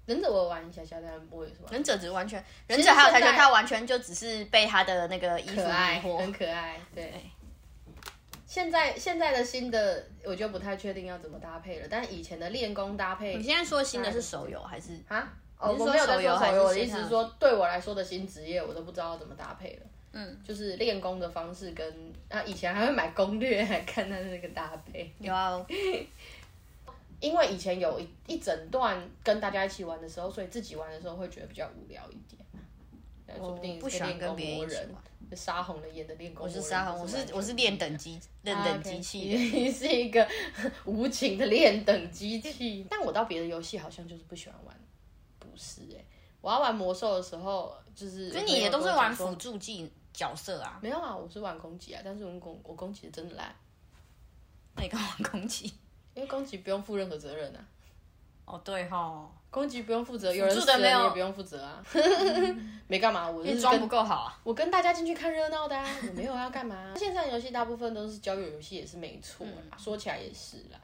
Speaker 2: 忍者我有玩一下下，但我也是玩
Speaker 3: 忍者只是完全，忍者还有跆拳道完全就只是被他的那个衣服迷
Speaker 2: 可爱，
Speaker 3: 惑
Speaker 2: 很。可爱，对
Speaker 3: 对。
Speaker 2: 现在现在的新的我就不太确定要怎么搭配了，但以前的练功搭配
Speaker 3: 你现在说新的是手游还是？
Speaker 2: 啊？哦，
Speaker 3: 你是
Speaker 2: 我没
Speaker 3: 说
Speaker 2: 有在
Speaker 3: 手
Speaker 2: 说
Speaker 3: 游还
Speaker 2: 手
Speaker 3: 是
Speaker 2: 游，我的
Speaker 3: 线
Speaker 2: 意思
Speaker 3: 上
Speaker 2: 是说，对我来说的新职业，我都不知道怎么搭配了。嗯，就是练功的方式跟啊，以前还会买攻略来看它的那个搭配，
Speaker 3: 有啊，
Speaker 2: 因为以前有一一整段跟大家一起玩的时候，所以自己玩的时候会觉得比较无聊一点。但说
Speaker 3: 我
Speaker 2: 定
Speaker 3: 哦不
Speaker 2: 是
Speaker 3: 喜欢
Speaker 2: 练
Speaker 3: 跟
Speaker 2: 功
Speaker 3: 别人
Speaker 2: 魔
Speaker 3: 一起
Speaker 2: 人
Speaker 3: 玩，。
Speaker 2: 就杀红了眼的练功
Speaker 3: 我
Speaker 2: 魔
Speaker 3: 是
Speaker 2: 人。
Speaker 3: 沙红，我是
Speaker 2: 完全
Speaker 3: 我是练等机，练
Speaker 2: 啊
Speaker 3: 等
Speaker 2: OK，
Speaker 3: 机器。
Speaker 2: 你 是一个无情的练等机器。 但我到别的游戏好像就是不喜欢玩，不是哎、我要玩魔兽的时候，就是
Speaker 3: 所以
Speaker 2: 我
Speaker 3: 你
Speaker 2: 朋
Speaker 3: 也
Speaker 2: 友
Speaker 3: 都
Speaker 2: 跟
Speaker 3: 是
Speaker 2: 我
Speaker 3: 玩
Speaker 2: 讲说
Speaker 3: 辅助技角色啊？
Speaker 2: 没有啊，我是玩攻击啊，但是我攻我攻击真的烂，
Speaker 3: 那你跟我玩 攻击？
Speaker 2: 因为攻击不用负任何责任啊，
Speaker 3: 哦，对吼，
Speaker 2: 攻击不用负责，有人
Speaker 3: 辅
Speaker 2: 死
Speaker 3: 助的
Speaker 2: 了
Speaker 3: 没有
Speaker 2: 你也不用负责 啊，没干嘛，我
Speaker 3: 因
Speaker 2: 就
Speaker 3: 为
Speaker 2: 是
Speaker 3: 装不
Speaker 2: 跟
Speaker 3: 够好啊。
Speaker 2: 我跟大家进去看热闹的啊，我没有要干嘛。线上游戏大部分都是交友游戏，也是没错啦，
Speaker 3: 嗯
Speaker 2: 说起来也是啦。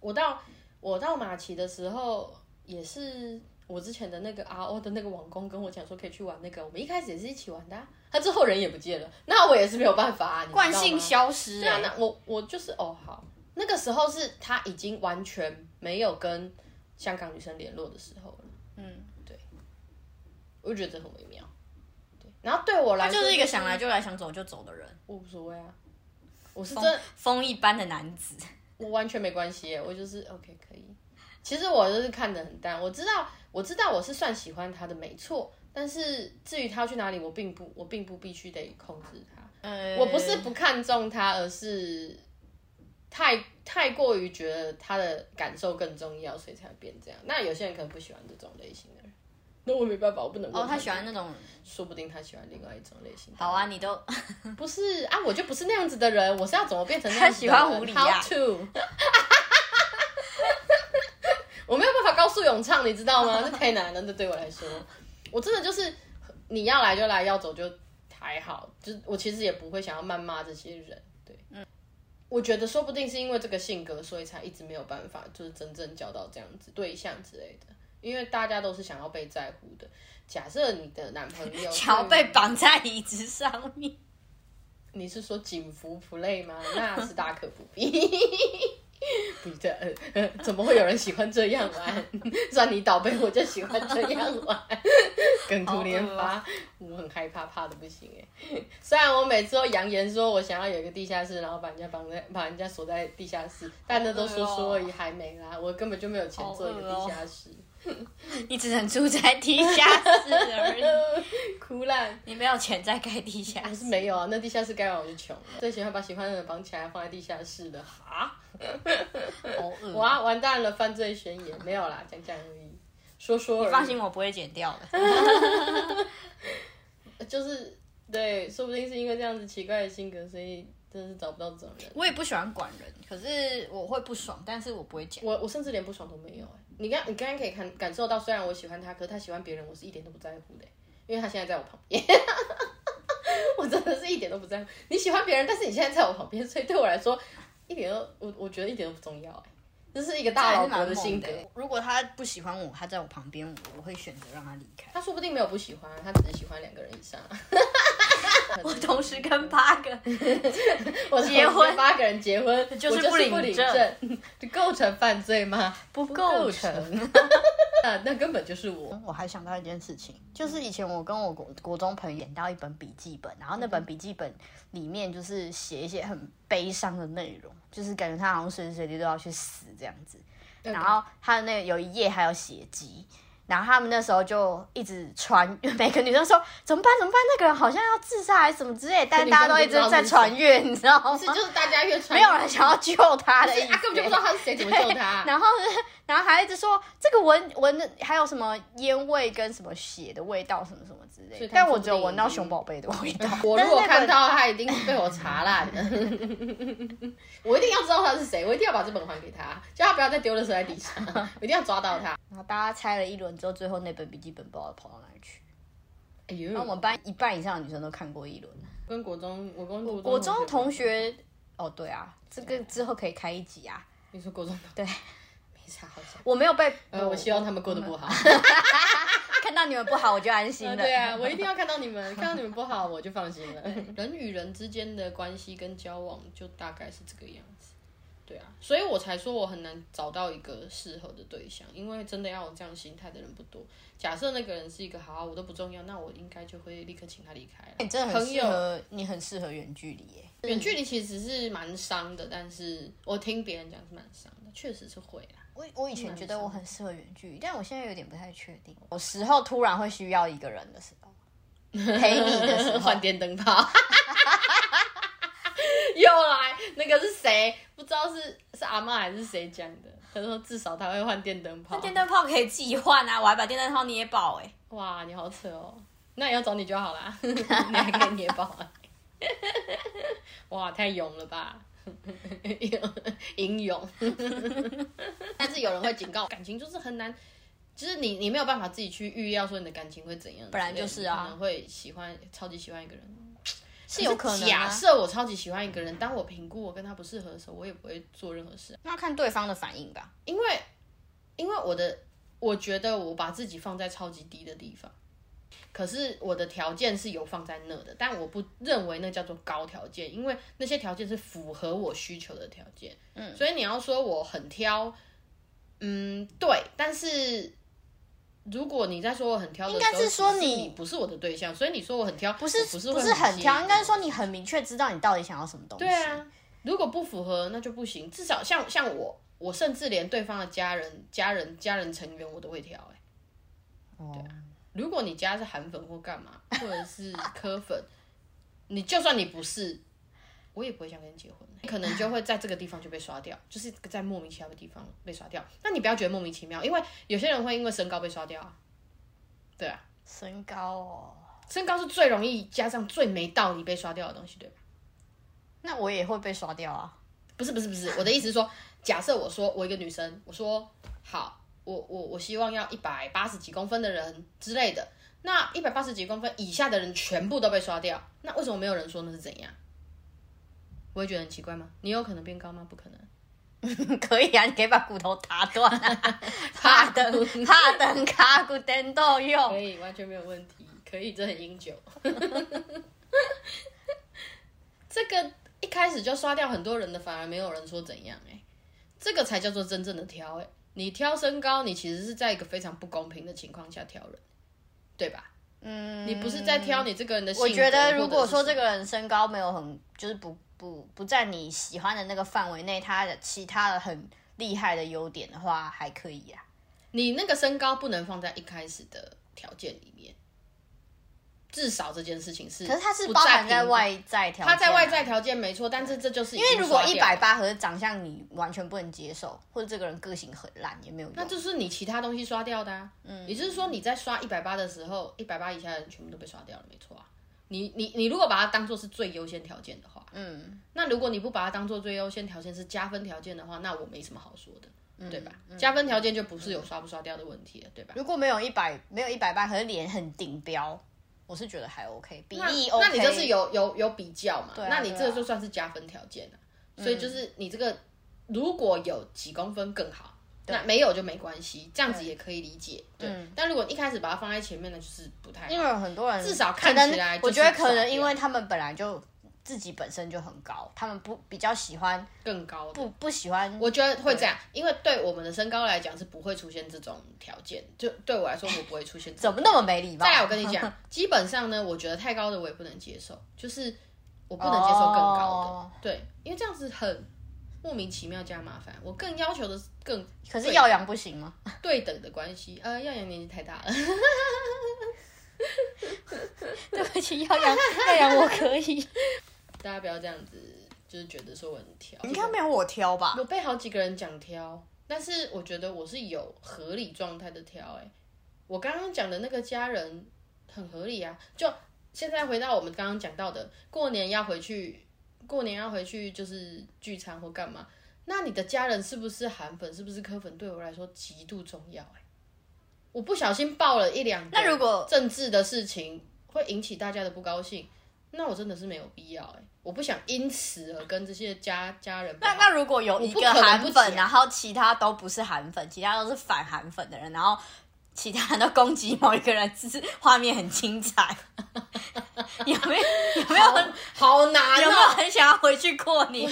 Speaker 2: 我到我到马奇的时候，也是我之前的那个 RO 的那个网工跟我讲说可以去玩那个，我们一开始也是一起玩的、啊，他之后人也不见了，那我也是没有办法、啊，你知道吗
Speaker 3: 惯性消失、
Speaker 2: 对啊，
Speaker 3: 欸。
Speaker 2: 那我我就是哦好，那个时候是他已经完全没有跟香港女生联络的时候了，
Speaker 3: 嗯，
Speaker 2: 我就觉得很微妙。对，然后对我来
Speaker 3: 他
Speaker 2: 说、
Speaker 3: 就是一个想来就来，想走就走的人，
Speaker 2: 我无所谓啊，我是
Speaker 3: 风
Speaker 2: 真
Speaker 3: 风一般的男子。
Speaker 2: 我完全没关系耶，我就是 OK 可以。其实我就是看得很淡，我知道我知道我是算喜欢他的没错，但是至于他去哪里，我并不我并不必须得控制他。
Speaker 3: 呃，
Speaker 2: 我不是不看重他，而是太太过于觉得他的感受更重要，所以才会变这样。那有些人可能不喜欢这种类型的人，那我没办法，我不能问
Speaker 3: 哦，他喜欢那种
Speaker 2: 说不定他喜欢另外一种类型。
Speaker 3: 好，啊，你都
Speaker 2: 嗯不是啊，我就不是那样子的人，我是要怎么变成那样子的人？
Speaker 3: 他喜欢无理啊
Speaker 2: How to？我没有办法告诉永畅，你知道 吗？这太难了，这对我来说，我真的就是你要来就来，要走就还好，就是我其实也不会想要谩骂这些人。对，嗯，我觉得说不定是因为这个性格，所以才一直没有办法，就是真正交到这样子对象之类的。因为大家都是想要被在乎 的。假设你的男朋友
Speaker 3: 想要被绑在椅子上面，
Speaker 2: 你是说警服 play 吗？ 那是大可不必。 不对、呃，怎么会有人喜欢这样玩？ 算你倒霉，我就喜欢这样玩。 梗图连发，我很害怕，怕的不行哎。 虽然我每次都扬言说我想要有一个地下室，然后把人家绑在，把人家锁在地下室，但那都说说而已，还没啦。我根本就没有钱做一个地下室，
Speaker 3: 你只能住在地下室 而已，
Speaker 2: 哦哭烂。
Speaker 3: 你没有钱再盖地下
Speaker 2: 可是
Speaker 3: 室。
Speaker 2: 没有啊，那地下室盖完我就穷了。最喜欢把喜欢的人绑起来放在地下室的，哈，
Speaker 3: 好恶
Speaker 2: 哇，完蛋了，犯罪宣言没有啦，讲讲而已，说说而已。
Speaker 3: 放心，我不会剪掉的。
Speaker 2: 就是对，说不定是因为这样子奇怪的性格，所以真的是找不到这种人。
Speaker 3: 我也不喜欢管人，可是我会不爽，但是我不会讲。
Speaker 2: 我我甚至连不爽都没有哎、你刚你刚刚可以感感受到，虽然我喜欢他，可是他喜欢别人，我是一点都不在乎的欸、因为他现在在我旁边， 我真的是一点都不在乎。你喜欢别人，但是你现在在我旁边，所以对我来说一点都我我觉得一点都不重要哎、这是一个大老婆
Speaker 3: 还是蛮
Speaker 2: 性
Speaker 3: 猛
Speaker 2: 格
Speaker 3: 的。欸。如果他不喜欢我，他在我旁边，我我会选择让他离开。
Speaker 2: 他说不定没有不喜欢，他只是喜欢两个人以上。
Speaker 3: 我同时跟八个，
Speaker 2: 我是
Speaker 3: 结婚
Speaker 2: 八个人结婚，我
Speaker 3: 就是
Speaker 2: 就
Speaker 3: 不
Speaker 2: 是
Speaker 3: 领
Speaker 2: 不领
Speaker 3: 证
Speaker 2: 证， 这构成犯罪吗？
Speaker 3: 不
Speaker 2: 不
Speaker 3: 构
Speaker 2: 成。那那根本就是我。
Speaker 3: 我还想到一件事情，
Speaker 2: 嗯
Speaker 3: 就是以前我跟我国国中朋友演到一本笔记本，然后那
Speaker 2: 嗯
Speaker 3: 本笔记本里面就是写一些很悲伤的内容，就是感觉他好像随时随地都要去死这样子。然后他的那个有一页还有血迹，然后他们那时候就一直传， 每个女生说怎么办怎么办，那个人好像要自杀还是什么之类，但
Speaker 2: 女
Speaker 3: 大
Speaker 2: 生
Speaker 3: 家都
Speaker 2: 就
Speaker 3: 一
Speaker 2: 不
Speaker 3: 直
Speaker 2: 知道
Speaker 3: 在
Speaker 2: 是
Speaker 3: 传阅，你知道吗？
Speaker 2: 是就是大家越传
Speaker 3: 哦没有啊人想要救他的意思，
Speaker 2: 他根本就不知道他是谁，怎么救他？
Speaker 3: 然后呢，然后还一直说这个闻闻的还有什么烟味跟什么血的味道什么什么之类
Speaker 2: 所以
Speaker 3: 的，
Speaker 2: 他
Speaker 3: 但
Speaker 2: 说
Speaker 3: 我
Speaker 2: 不
Speaker 3: 只有
Speaker 2: 定
Speaker 3: 闻
Speaker 2: 已
Speaker 3: 到
Speaker 2: 经
Speaker 3: 熊宝贝的味道。
Speaker 2: 嗯 我
Speaker 3: 但
Speaker 2: 如
Speaker 3: 是
Speaker 2: 果
Speaker 3: 那
Speaker 2: 看
Speaker 3: 本
Speaker 2: 到他，一定是被我查烂的。 我一定要知道他是谁，我一定要把这本还给他，叫他不要再丢垃圾在地 上，我一定要抓到他。
Speaker 3: 然后大家猜了一轮之后，最后那本笔记本不知道跑到哪里去。
Speaker 2: 哎呦
Speaker 3: 然后我们班一半以上的女生都看过一轮。
Speaker 2: 跟国中，嗯我跟
Speaker 3: 国
Speaker 2: 国
Speaker 3: 中同
Speaker 2: 学，
Speaker 3: 学，哦对啊，这个之后可以开一集啊。
Speaker 2: 你说国中
Speaker 3: 对，
Speaker 2: 没啥好讲。
Speaker 3: 我没有被，
Speaker 2: 呃，我希望他们过得不好。
Speaker 3: 看到你们不好我就安心
Speaker 2: 嗯
Speaker 3: 了。
Speaker 2: 对啊，我一定要看到你 们，看到你们不好我就放心了。人与人之间的关系跟交往就大概是这个样子，对啊，所以我才说我很难找到一个适合的对象，因为真的要有这样心态的人不多。假设那个人是一个好啊，我都不重要，那我应该就会立刻请他离开了。
Speaker 3: 哎你真的很
Speaker 2: 朋
Speaker 3: 适
Speaker 2: 友
Speaker 3: 合，你很适合远距离耶。
Speaker 2: 远距离其实是蛮伤的，但是我听别人讲是蛮伤的，确实是会啊啦。
Speaker 3: 我我以前觉得我很适合远距离，但我现在有点不太确定。有时候突然会需要一个人的时候，陪你的 时候
Speaker 2: 换，电灯泡， 又来那个是谁？不知道是是阿妈还是谁讲的？他说至少他会换电灯泡。
Speaker 3: 电灯泡可以自己换啊，我还把电灯泡捏爆哎、
Speaker 2: 哇，你好扯哦！那也要找你就好啦， 你还可以捏爆、啊。 哇，太勇了吧！英勇，但是有人会警告，感情就是很难，就是你你没有办法自己去预料说你的感情会怎样之类的，
Speaker 3: 本来就是啊
Speaker 2: 你可能会喜欢超级喜欢一个人，
Speaker 3: 是有可能、
Speaker 2: 假
Speaker 3: 啊。
Speaker 2: 设我超级喜欢一个人，当我评估我跟他不适合的时候，我也不会做任何事，啊
Speaker 3: 那要看对方的反应吧。
Speaker 2: 因为因为我的我觉得我把自己放在超级低的地方，可是我的条件是有放在那的，但我不认为那叫做高条件，因为那些条件是符合我需求的条件。嗯，所以你要说我很挑，嗯，对，但是。如果你在说我很挑的时候，
Speaker 3: 应该是说
Speaker 2: 只
Speaker 3: 你
Speaker 2: 你不是我的对象，所以你说我很挑，
Speaker 3: 不是
Speaker 2: 我不是
Speaker 3: 不
Speaker 2: 会
Speaker 3: 是很挑，
Speaker 2: 介意
Speaker 3: 应该是说你很明确知道你到底想要什么东西。
Speaker 2: 对啊，如果不符合那就不行。至少像像我，我甚至连对方的家人、家人、家人成员我都会挑、欸。
Speaker 3: 哦，
Speaker 2: 如果你家是韩粉或干嘛，或者是科粉，你就算你不是，我也不会想跟你结婚、欸可能就会在这个地方就被刷掉， 就是在莫名其妙的地方被刷掉。那你不要觉得莫名其妙，因为有些人会因为身高被刷掉啊。对啊，
Speaker 3: 身高哦，
Speaker 2: 身高是最容易加上最没道理被刷掉的东西，对吧？
Speaker 3: 那我也会被刷掉啊。
Speaker 2: 不是不是不是，我的意思是说，假设我说我一个女生，我说好，我我我希望要一百八十几公分的人之类的，那一百八十几公分以下的人全部都被刷掉，那为什么没有人说那是怎样？我会觉得很奇怪吗？你有可能变高吗？不可能，
Speaker 3: 可以啊，你可以把骨头打断啊。怕等怕等卡骨等都用。
Speaker 2: 可以， 完全没有问题，可以，这很英久。始就刷掉很多人的，反而没有人说怎样、欸，这个才叫做真正的挑、欸，你挑身高，你其实是在一个非常不公平的情况下挑人，对吧？嗯，你不是在挑你这个人的性格，
Speaker 3: 我觉得如果说
Speaker 2: 或者
Speaker 3: 这
Speaker 2: 是
Speaker 3: 个人身高没有很，就是不不不在你喜欢的那个范围内，他的其他的很厉害的优点的话，还可以啊。
Speaker 2: 你那个身高不能放在一开始的条件里面，至少这件事情是，
Speaker 3: 可是他是包含在，外在条件
Speaker 2: 他
Speaker 3: 啊、
Speaker 2: 在外在条件没错，但是这就是因
Speaker 3: 因为如果一百，八，可是长相你完全不能接受，或者这个人个性很烂，也没有用。
Speaker 2: 那就是你其他东西刷掉的、啊，嗯，也就是说你在刷一百八的时候，一百八以下的人全部都被刷掉了，没错啊。你你你如果把它当做是最优先条件的话，
Speaker 3: 嗯，
Speaker 2: 那如果你不把它当做最优先条件是加分条件的话，那我没什么好说的，对吧？加分条件就不是有刷不刷掉的问题了，对吧？
Speaker 3: 嗯如果没有一百，没有一百八，可是脸很顶标，我是觉得还 OK，比
Speaker 2: 那
Speaker 3: 例，E，OK。
Speaker 2: 那你就是有有有比较嘛？
Speaker 3: 啊
Speaker 2: 那你这
Speaker 3: 对
Speaker 2: 个
Speaker 3: 啊嗯
Speaker 2: 就算是加分条件了、所以就是你这个如果有几公分更好，那没有就没关系，这样子也可以理解。对，但如果一开始把它放在前面呢，就是不太好。
Speaker 3: 嗯因为有很多人
Speaker 2: 至少
Speaker 3: 可
Speaker 2: 看
Speaker 3: 能
Speaker 2: 起来就是
Speaker 3: 我觉得可
Speaker 2: 爽
Speaker 3: 能
Speaker 2: 点
Speaker 3: 因为他们本来就自己本身就很高，他们不比较喜欢
Speaker 2: 更高的
Speaker 3: 不不喜欢
Speaker 2: 我觉得会这样，因为对我们的身高来讲是不会出现这种条件，就对我来说我不会出现这
Speaker 3: 怎
Speaker 2: 种。
Speaker 3: 么那么没礼貌。
Speaker 2: 再来，我跟你 讲，基本上呢，我觉得太高的我也不能接受，就是我不能接受更高的，
Speaker 3: 哦
Speaker 2: 对，因为这样子很莫名其妙加麻烦。我更要求的是更
Speaker 3: 可是耀阳不行 吗？
Speaker 2: 对等的关系，呃，耀阳年纪太大了，
Speaker 3: 对不起，耀阳，耀阳我 可以。
Speaker 2: 大家不要这样子，就是觉得说我很挑。
Speaker 3: 应该没有我挑吧？
Speaker 2: 有被好几个人讲挑，但是我觉得我是有合理状态的挑、欸。我刚刚讲的那个家人很合理啊。就现在回到我们刚刚讲到的，过年要回去，过年要回去就是聚餐或干嘛。那你的家人是不是韩粉，是不是科粉，对我来说极度重要、欸。我不小心爆了一两个，
Speaker 3: 那如果
Speaker 2: 政治的事情会引起大家的不高兴，那我真的是没有必要哎、欸我不想因此而跟这些家家人不
Speaker 3: 那
Speaker 2: 好
Speaker 3: 那如果有一
Speaker 2: 不
Speaker 3: 个
Speaker 2: 可能
Speaker 3: 韩
Speaker 2: 不
Speaker 3: 粉，
Speaker 2: 讲
Speaker 3: 然后其他都不是韩粉，其他都是反韩粉的人，然后 其他人都攻击某一个人，只是画面很精彩， 有没有有没有很
Speaker 2: 好难
Speaker 3: 有没有
Speaker 2: 哦、
Speaker 3: 很想要回去过年？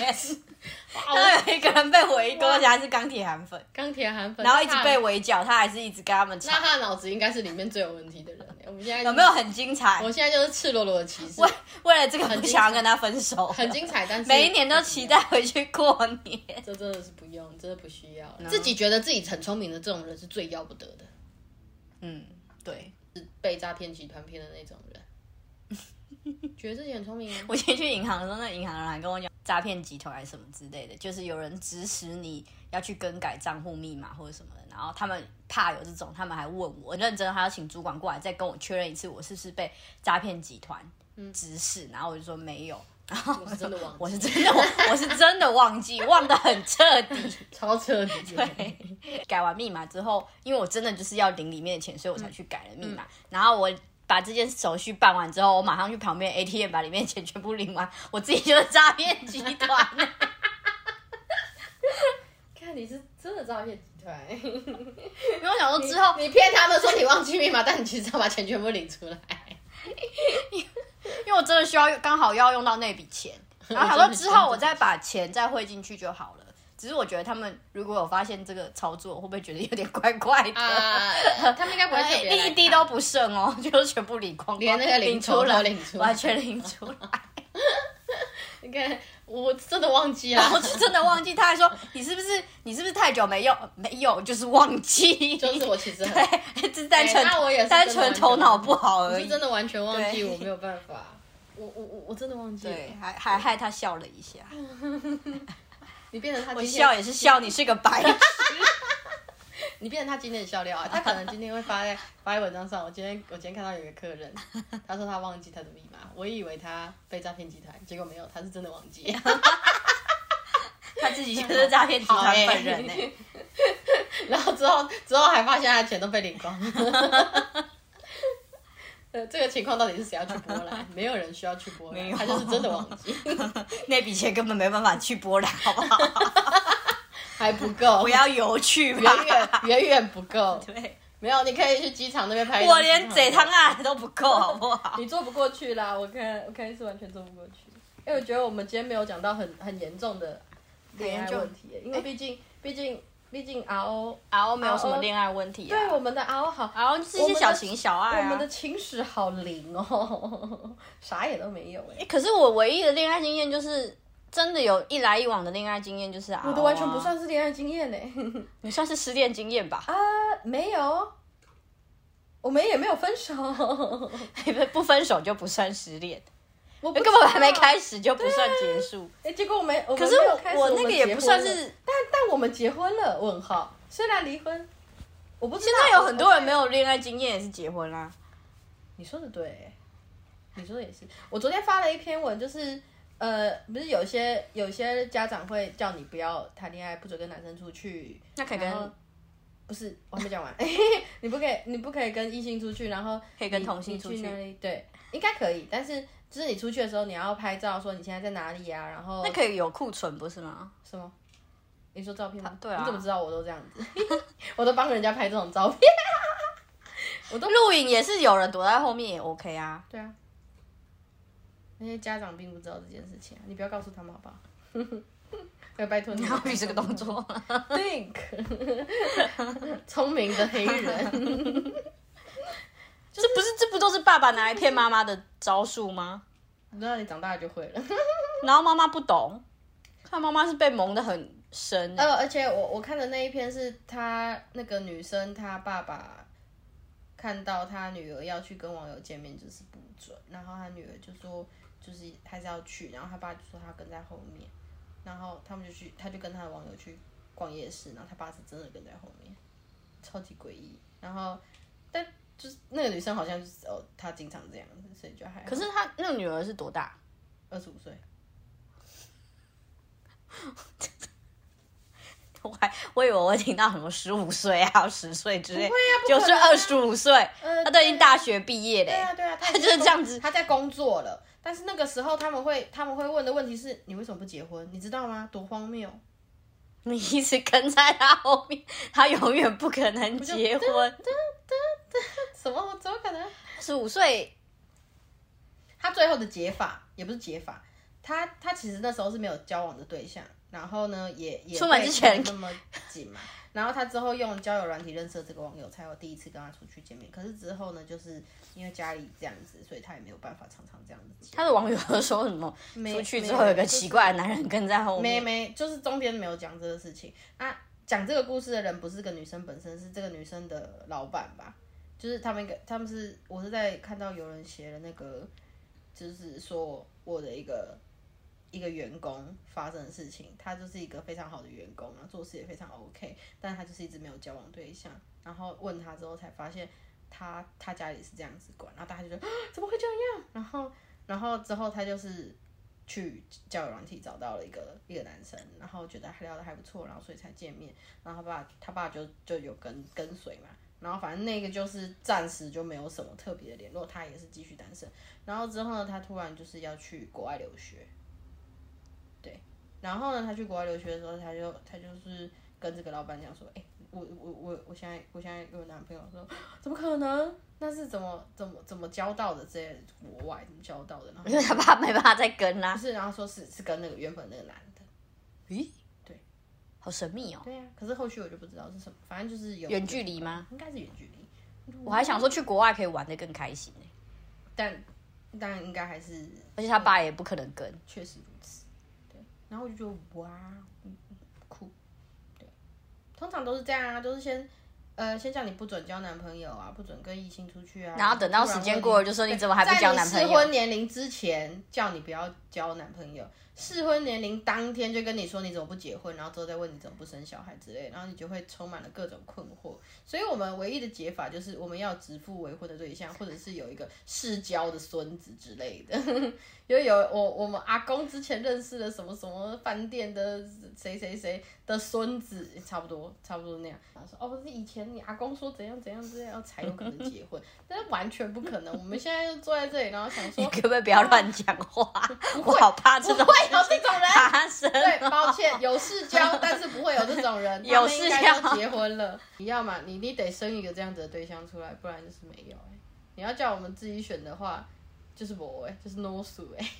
Speaker 2: 好
Speaker 3: 然后有一个人被围攻，而且还是钢铁韩粉，
Speaker 2: 钢铁韩粉，
Speaker 3: 然后一直被
Speaker 2: 那他
Speaker 3: 围剿，他还是一直跟他们吵
Speaker 2: 那，他的脑子应该是里面最有问题的人、欸。我们现在
Speaker 3: 有没有？很精彩
Speaker 2: 我？现在就是赤裸裸的歧视，
Speaker 3: 为了这个
Speaker 2: 很
Speaker 3: 不
Speaker 2: 精
Speaker 3: 想要
Speaker 2: 彩
Speaker 3: 跟他分手，
Speaker 2: 很精彩，但是
Speaker 3: 每一年都期待回去过年。
Speaker 2: 这真的是不用，真的不需要。自己觉得自己很聪明的这种人是最要不得的，
Speaker 3: 嗯，对，
Speaker 2: 是被诈骗集团骗的那种人， 觉得自己很聪明啊。
Speaker 3: 我先去银行的时候，那银行人还跟我讲诈骗集团还是什么之类的，就是有人指使你要去更改账户密码或者什么的，然后他们怕有这种，他们还问我，认真还要请主管过来再跟我确认一次，我是不是被诈骗集团指使，然后我就说没有。然后
Speaker 2: 我是真的忘记
Speaker 3: 我是真的，我是真的忘记，忘得很彻底。
Speaker 2: 超彻底。
Speaker 3: 对，改完密码之后，因为我真的就是要领里面的钱，所以我才去改了密
Speaker 2: 嗯
Speaker 3: 码。然后我把这件手续办完之后，我马上去旁边 ATM 把里面的钱全部领完，我自己就是诈骗集团。
Speaker 2: 看你是真的诈骗集团，
Speaker 3: 因为我想说之后，
Speaker 2: 你骗他们说你忘记密码，但你其实要把钱全部领 出来。
Speaker 3: 因为我真的需要刚好要用到那笔钱，然后想说之后我再把钱再汇进去就好了。只是我觉得他们如果有发现这个操作，会不会觉得有点怪怪的？
Speaker 2: 啊，他们应该不会特别来
Speaker 3: 一
Speaker 2: 看
Speaker 3: 滴都不剩哦， 就是全部领光光，
Speaker 2: 连那个领
Speaker 3: 出
Speaker 2: 头
Speaker 3: 来，
Speaker 2: 都领出来
Speaker 3: 完全领出来。
Speaker 2: 你看，我真的忘记啊了
Speaker 3: 然，后就真的忘记，他还说你是不是你是不是太久没用？没有，就是忘记，
Speaker 2: 就是我其实很，
Speaker 3: 对， 只是单纯、
Speaker 2: 哎那我也是真的
Speaker 3: 单纯头脑不好
Speaker 2: 我
Speaker 3: 而
Speaker 2: 是
Speaker 3: 已。
Speaker 2: 真的完全忘记，
Speaker 3: 对
Speaker 2: 我没有办 法，我我我我真的忘记了，
Speaker 3: 对，还还害他笑了一下，
Speaker 2: 嗯你变成他
Speaker 3: 我
Speaker 2: 今
Speaker 3: 笑
Speaker 2: 天，
Speaker 3: 也是笑，你是个白痴。
Speaker 2: 你变成他今天的笑料啊，他可能今天会发在发在文章上。我今天我今天看到有一个客 人，他说他忘记他的密码，我以为他被诈骗集团，结果没有，他是真的忘记。
Speaker 3: 他自己就是诈骗集
Speaker 2: 好
Speaker 3: 团
Speaker 2: 欸
Speaker 3: 本人呢、
Speaker 2: 然后之后之后还发现他的钱都被领光。 呃，这个情况到底是谁要去波 兰？没有人需要去波
Speaker 3: 没
Speaker 2: 兰，
Speaker 3: 有
Speaker 2: 他就是真的忘记，
Speaker 3: 那笔钱根本没办法去波兰，好不 好？
Speaker 2: 还不够
Speaker 3: 我，要邮去吧
Speaker 2: 远。远远远不够。
Speaker 3: 对，
Speaker 2: 没有，你可以去机场那边拍。
Speaker 3: 我连贼汤，啊都不够，好不好？
Speaker 2: 你做不过去啦。我看，我看是完全做不过去，因为我觉得我们今天没有讲到很很严重的恋
Speaker 3: 严
Speaker 2: 爱
Speaker 3: 重
Speaker 2: 问题啊耶，因为毕竟，毕竟，毕竟 RO，
Speaker 3: RO 没有什么恋爱问题啊
Speaker 2: 对我们的 RO 好
Speaker 3: ，RO 就是一些小情小爱
Speaker 2: 我们
Speaker 3: 啊
Speaker 2: 的。情史好零哦， 啥也都没有哎、
Speaker 3: 诶可是我唯一的恋爱经验就是。真的有一来一往的恋爱经验，就是 RO 啊，
Speaker 2: 我的完全不，算啊是恋爱经验呢、
Speaker 3: 你算是失恋经验吧？
Speaker 2: 没有，我们也没有分 手，
Speaker 3: 不分手就不算失恋，
Speaker 2: 我
Speaker 3: 根本还没
Speaker 2: 开。
Speaker 3: 开始就不算结束。
Speaker 2: 哎、结果啊我没，我
Speaker 3: 可
Speaker 2: 们
Speaker 3: 是
Speaker 2: 没有
Speaker 3: 我
Speaker 2: 开始
Speaker 3: 我
Speaker 2: 们
Speaker 3: 那个也
Speaker 2: 结婚
Speaker 3: 不算
Speaker 2: 了啊
Speaker 3: 是，
Speaker 2: 但但我们结婚了，问号。虽然离婚，我不知道
Speaker 3: 现在有很多人没有恋爱经验也是结婚啊啦、
Speaker 2: 你说的对，你说的也是。我昨天发了一篇文，就是呃，不是有些有些家长会叫你不要谈恋爱，不准跟男生出去，
Speaker 3: 那可以
Speaker 2: 然后
Speaker 3: 跟
Speaker 2: 不是我还没 讲完，你不可以你不可以跟异性出去，然后
Speaker 3: 可以跟
Speaker 2: 你
Speaker 3: 同性
Speaker 2: 你
Speaker 3: 出去
Speaker 2: 那里对，应该可以，但是。就是你出去的时候，你要拍照，说你现在在哪里呀、然后
Speaker 3: 那可以有库存不是吗？
Speaker 2: 什么？你说照片吗？
Speaker 3: 对啊
Speaker 2: 你怎么知道我都这样子？ 我都帮人家拍这种照片。
Speaker 3: 录影也是有人躲在后面也 OK 啊。
Speaker 2: 对啊，那些家长并不知道这件事情、啊，你不要告诉他们好不好？ 要拜托你
Speaker 3: 你要比这个 动作，
Speaker 2: think，聪明的黑 人。
Speaker 3: 这不是这不都是爸爸拿来骗妈妈的招数吗？
Speaker 2: 那你长大了就会了。
Speaker 3: 然后妈妈不懂，看妈妈是被蒙得很深、欸
Speaker 2: 呃，而且我我看的那一篇是他那个女生，她爸爸看到她女儿要去跟网友见面，就是不准，然后她女儿就说就是还是要去，然后她爸就说他跟在后面，然后他们就去，他就跟他的网友去逛夜市，然后他爸是真的跟在后面， 超级诡异。然后但就是那个女生好像就是哦，她经常这样子，所以就还好
Speaker 3: 可是他那个女儿是多大？
Speaker 2: 二十五岁，
Speaker 3: 我还我以为我会听到很多十五岁啊、 十岁之类，
Speaker 2: 不
Speaker 3: 九
Speaker 2: 可
Speaker 3: 是
Speaker 2: 能啊
Speaker 3: 二十五岁，
Speaker 2: 呃
Speaker 3: 他都已经啊大学毕业嘞、
Speaker 2: 对啊，对啊，
Speaker 3: 欸他
Speaker 2: 已
Speaker 3: 就
Speaker 2: 经
Speaker 3: 是
Speaker 2: 工
Speaker 3: 这样子。
Speaker 2: 他在工作了，但是那个时候他们会他们会问的问题是你为什么不结婚？你知道吗？多荒谬！
Speaker 3: 你一直跟在他后面，他永远不可能结
Speaker 2: 啊
Speaker 3: 婚。
Speaker 2: 什么？怎么可能？
Speaker 3: 十五岁，
Speaker 2: 他最后的解法也不是解法，他他其实那时候是没有交往的对象，然后呢也也
Speaker 3: 出门之前
Speaker 2: 被那么紧嘛，然后他之后用交友软体认识了这个网友，才有第一次跟他出去见面。可是之后呢，就是因为家里这样子，所以他也没有办法常常这样子见。
Speaker 3: 他的网友说什么？
Speaker 2: 没
Speaker 3: 出去
Speaker 2: 没
Speaker 3: 之后有个
Speaker 2: 就是
Speaker 3: 奇怪的男人跟在后
Speaker 2: 没
Speaker 3: 面。
Speaker 2: 没，就是中间没有讲这个事情啊。讲这个故事的人不是个女生本身，是这个女生的老板吧？就是他们一个，他们是我是在看到有人写了那个，就是说我的一个一个员工发生的事情，他就是一个非常好的员工，然后做事也非常 OK，但他就是一直没有交往对象。然后问他之后才发现他，他家里是这样子管，然后大家就觉得啊 怎么会这样？然后然后之后他就是去交友软体找到了一个一个男生，然后觉得还聊得还不错，然后所以才见面。然后他爸他爸就就有跟跟随嘛，然后反正那个就是暂时就没有什么特别的联络，他也是继续单身。然后之后呢，他突然就是要去国外留学，对，然后呢，他去国外留学的时候，他就他就是跟这个老板讲说，哎、我我我我现在我现在有男朋友说，怎么可能？那是怎么怎么怎么交到的？这些国外怎么交到的？然后
Speaker 3: 因为他爸 没办法再跟啦、
Speaker 2: 不是，然后说是是跟那个原本那个男的，
Speaker 3: 咦，
Speaker 2: 对，
Speaker 3: 好神秘哦，
Speaker 2: 对啊呀、可是后续我就不知道是什么，反正就是有
Speaker 3: 远距离吗？
Speaker 2: 应该是远距离，
Speaker 3: 我还想说去国外可以玩的更开心、欸、
Speaker 2: 但但应该还是
Speaker 3: 而且他爸也不可能跟。
Speaker 2: 确实如此，对。然后我就觉得哇，嗯嗯酷，对。通常都是这样啊，都是先呃先叫你不准交男朋友啊，不准跟异性出去啊，
Speaker 3: 然后等到时间过了，就说你怎么还不
Speaker 2: 在
Speaker 3: 交
Speaker 2: 你
Speaker 3: 男朋
Speaker 2: 适
Speaker 3: 友？
Speaker 2: 婚年龄之前叫你不要交男朋友，适婚年龄当天就跟你说你怎么不结婚，然后之后再问你怎么不生小孩之类，然后你就会充满了各种困惑。所以我们唯一的解法就是我们要指腹为婚的对象，或者是有一个世交的孙子之类的。因为有我我们阿公之前认识的什么什么饭店的谁谁谁的孙子，差不多差不多那样。然后说哦，是以前你阿公说怎样怎样之类，然后才有可能结婚，但是完全 不可能。我们现在就坐在这里，然后想
Speaker 3: 你
Speaker 2: 说
Speaker 3: 可不可以不要乱讲话？我好怕这种
Speaker 2: 不会有哎这种人。
Speaker 3: 发 生。
Speaker 2: 对，抱歉，有世交，但是不会有这种 人。
Speaker 3: 有
Speaker 2: 他们应
Speaker 3: 世
Speaker 2: 该都
Speaker 3: 交
Speaker 2: 结婚了，你要嘛，你你得生一个这样子的对象出来，不然就是没有、欸。你要叫我们自己选的话，就是我哎、就是 no 数哎、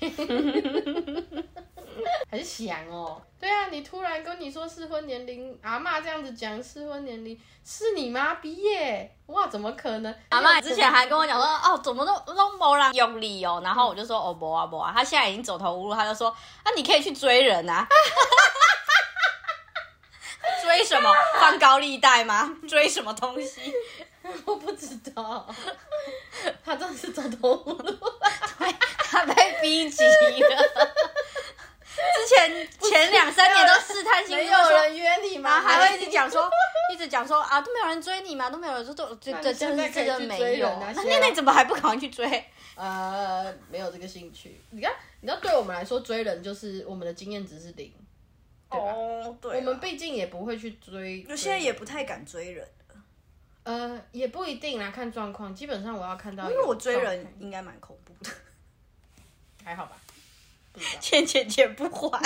Speaker 2: 很想哦。对啊，你突然跟你说适婚年龄，阿嬷这样子讲适婚年龄，是你妈逼耶！哇，怎么可能？
Speaker 3: 阿妈之前还跟我讲说，哦，怎么都都没人用力哦，然后我就说，哦，没啊没啊，他现在已经走投无路，他就说，啊，你可以去追人啊， 追什么？放高利贷吗？追什么东西？
Speaker 2: 我不知道， 他真的是走投无 路。
Speaker 3: 他被逼急了。 之前前两三年都试探性
Speaker 2: 没
Speaker 3: 地
Speaker 2: 有
Speaker 3: 说
Speaker 2: 人约你
Speaker 3: 然
Speaker 2: 吗？
Speaker 3: 后啊还会一直讲说， 一直讲说啊，都没有人追你嘛，都没有人说，都这
Speaker 2: 那
Speaker 3: 这
Speaker 2: 你现在
Speaker 3: 这
Speaker 2: 可以
Speaker 3: 这个
Speaker 2: 去
Speaker 3: 没
Speaker 2: 追
Speaker 3: 有
Speaker 2: 人啊。
Speaker 3: 那
Speaker 2: 现在
Speaker 3: 那你怎么还不赶快去 追？
Speaker 2: 呃，没有这个兴趣。你看，你知道，对我们来说，追人就是我们的经验值是零，对啊吧？
Speaker 3: 哦，对
Speaker 2: 我们毕竟也不会去追，有
Speaker 3: 现在也不太敢追人，
Speaker 2: 呃，也不一定啦，看状况。基本上我要看到有状态，
Speaker 3: 啊因为我追人应该蛮恐怖 的，
Speaker 2: 还好吧，不知道
Speaker 3: 欠钱钱不还，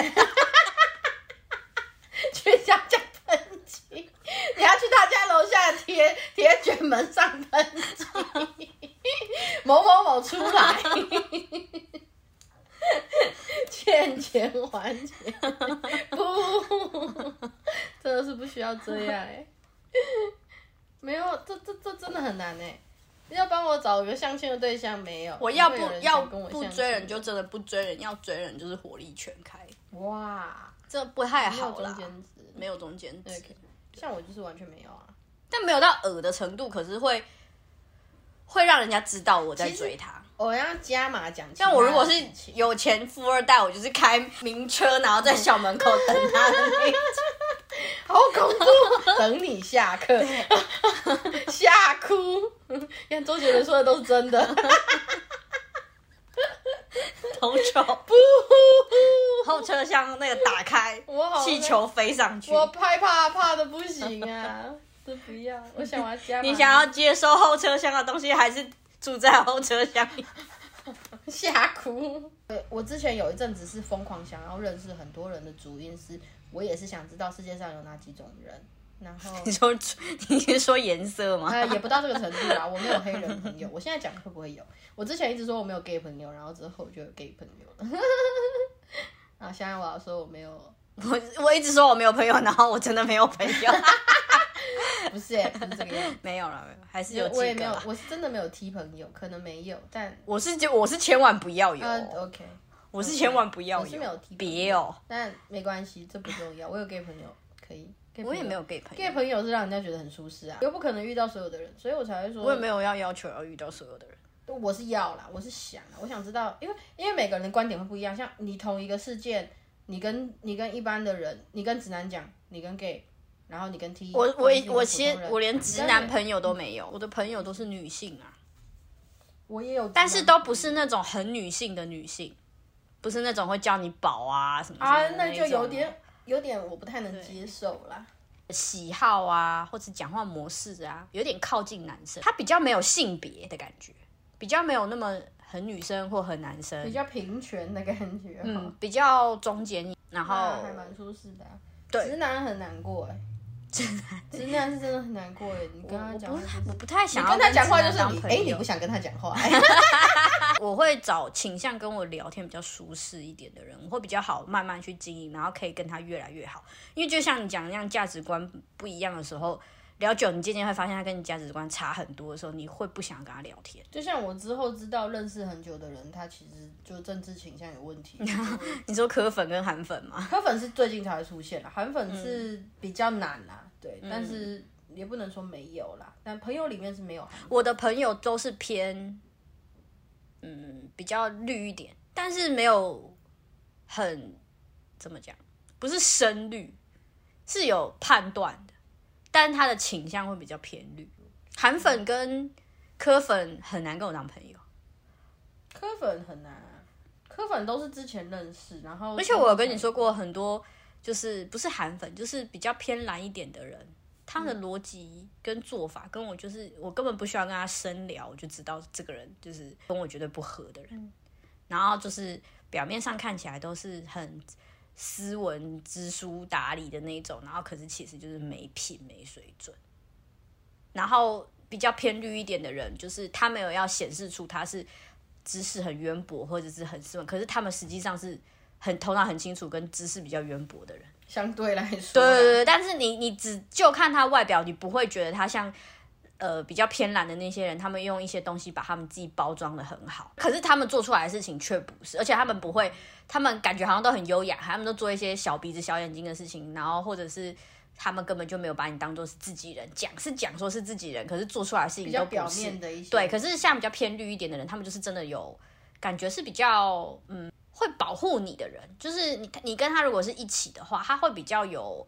Speaker 2: 去家家喷漆，你要去他家楼下贴贴卷门上喷漆，某某某出来， 欠钱还钱， 不，真的是不需要这样哎、没有，这这这真的很难哎、要帮我找个相亲的对象没有？
Speaker 3: 我要
Speaker 2: 会
Speaker 3: 不
Speaker 2: 有人
Speaker 3: 要
Speaker 2: 想跟我
Speaker 3: 不
Speaker 2: 相
Speaker 3: 追人
Speaker 2: 亲
Speaker 3: 就真的不追人，要追人就是火力全开，
Speaker 2: 哇，
Speaker 3: 这不太
Speaker 2: 没有
Speaker 3: 好
Speaker 2: 中
Speaker 3: 啦，
Speaker 2: 间值，
Speaker 3: 没有中间值
Speaker 2: OK，像我就是完全没有啊。
Speaker 3: 但没有到恶的程度，可是会会让人家知道我在
Speaker 2: 其实
Speaker 3: 追他。
Speaker 2: 我要加码讲其他的事情，
Speaker 3: 但我如果是有钱富二代，我就是开名车，然后在校门口等他的那种。
Speaker 2: 好恐怖，等你下课，吓哭。看周杰伦说的都是真的，
Speaker 3: 头 球，后车厢那个打开
Speaker 2: 我好，
Speaker 3: 气球飞上去。
Speaker 2: 我害怕怕的不行啊，这不要。我想我要加码，
Speaker 3: 你想要接收后车厢的东西，还是住在后车厢里？
Speaker 2: 吓哭。对，我之前有一阵子是疯狂想要认识很多人的主因是，我也是想知道世界上有哪几种人，然后
Speaker 3: 你说，你是说颜色吗？
Speaker 2: 呃，也不到这个程度啦，我没有黑人朋友，我现在讲会不会有？我之前一直说我没有 gay 朋友，然后之后就有 gay 朋友了。 啊，现在我要说我没有，
Speaker 3: 我我一直说我没有朋友，然后我真的没有朋 友，
Speaker 2: 不是、欸，不是这个样子。
Speaker 3: 没有了，没有，还是 有
Speaker 2: 有我也
Speaker 3: 几
Speaker 2: 没
Speaker 3: 个
Speaker 2: 有
Speaker 3: 啦，。哦
Speaker 2: 我是真的没有 T 朋友，可能没有，但
Speaker 3: 我是就我是千万不要有，哦
Speaker 2: 呃，OK，
Speaker 3: 我是千万不要
Speaker 2: 我是没有 T 朋友
Speaker 3: 别哦，
Speaker 2: 但没关系，这不重要。我有 gay 朋友，可以。gay
Speaker 3: 我也
Speaker 2: 朋友
Speaker 3: 没有 gay 朋
Speaker 2: gay
Speaker 3: 友，
Speaker 2: 朋友是让人家觉得很舒适啊，又不可能遇到所有的人，所以我才会说
Speaker 3: 我也没有要要求要遇到所有的人。
Speaker 2: 我是要啦，我是想啦，我想知道，因为因为每个人的观点会不一样。像你同一个事件，你跟你跟一般的人，你跟直男讲，你跟 gay，然后你跟 T，
Speaker 3: 我
Speaker 2: 或
Speaker 3: 我
Speaker 2: 者是你跟
Speaker 3: 我
Speaker 2: 普
Speaker 3: 其实
Speaker 2: 通人
Speaker 3: 我连直男朋友都
Speaker 2: 嗯
Speaker 3: 没有，我的朋友都是女性啊，
Speaker 2: 我也有直男，
Speaker 3: 但是都不是那种很女性的女性，不是那种会叫你宝啊什么什么
Speaker 2: 啊
Speaker 3: 的，
Speaker 2: 那
Speaker 3: 一
Speaker 2: 就有
Speaker 3: 种
Speaker 2: 点有点我不太能接受啦。
Speaker 3: 喜好啊，或者讲话模式啊，有点靠近男生，他比较没有性别的感觉，比较没有那么很女生或很男
Speaker 2: 比
Speaker 3: 生，
Speaker 2: 较平权的感觉，
Speaker 3: 嗯
Speaker 2: 嗯，，
Speaker 3: 比较中间，然后
Speaker 2: 那还蛮舒适的啊、
Speaker 3: 对
Speaker 2: 直男很难过哎、直男，直男是真的很难过哎、你跟他
Speaker 3: 我
Speaker 2: 讲
Speaker 3: 不
Speaker 2: 话
Speaker 3: 是
Speaker 2: 就
Speaker 3: 我
Speaker 2: 是。
Speaker 3: 不太
Speaker 2: 你
Speaker 3: 想要
Speaker 2: 跟他讲话就
Speaker 3: 直男
Speaker 2: 是
Speaker 3: 当
Speaker 2: 你，
Speaker 3: 朋
Speaker 2: 哎、
Speaker 3: 友
Speaker 2: 你不想跟他讲话、哎
Speaker 3: 我会找倾向跟我聊天比较舒适一点的人，我会比较好慢慢去经营，然后可以跟他越来越好。因为就像你讲的那样，价值观不一样的时候，聊久你渐渐会发现他跟你价值观差很多的时候，你会不想跟他聊天。
Speaker 2: 就像我之后知道认识很久的人，他其实就政治倾向有问 题，我就会
Speaker 3: 你说磕粉跟韩粉吗？
Speaker 2: 柯粉是最近才会出现啦，韩粉
Speaker 3: 嗯
Speaker 2: 是比较难啦，对，但是也不能说没有啦，但朋友里面是没有韩粉。
Speaker 3: 我的朋友都是偏，嗯，比较绿一点，但是没有很怎么讲，不是深绿，是有判断的，但他的倾向会比较偏绿。韩粉跟科粉很难跟我当朋友，
Speaker 2: 柯粉很难、啊，柯粉都是之前认识，然后
Speaker 3: 而且我有跟你说过，很多就是不是韩粉，就是比较偏蓝一点的人。他的逻辑跟做法跟我就是，我根本不需要跟他深聊，我就知道这个人就是跟我绝对不合的人。然后就是表面上看起来都是很斯文、知书达理的那一种，然后可是其实就是没品、没水准。然后比较偏绿一点的人，就是他没有要显示出他是知识很渊博或者是很斯文，可是他们实际上是很头脑很清楚跟知识比较渊博的人。
Speaker 2: 相对来说，啊
Speaker 3: 对对对，对但是你你只就看他外表，你不会觉得他像呃比较偏蓝的那些人，他们用一些东西把他们自己包装的很好，可是他们做出来的事情却不是，而且他们不会，他们感觉好像都很优雅，他们都做一些小鼻子小眼睛的事情，然后或者是。他们根本就没有把你当做是自己人，讲是讲说是自己人，可是做出来的事情
Speaker 2: 比
Speaker 3: 都
Speaker 2: 较
Speaker 3: 不是。
Speaker 2: 表面的一些，
Speaker 3: 对，可是像比较偏绿一点的人，他们就是真的有感觉是比较嗯会保护你的人，就是你你跟他如果是一起的话，他会比较有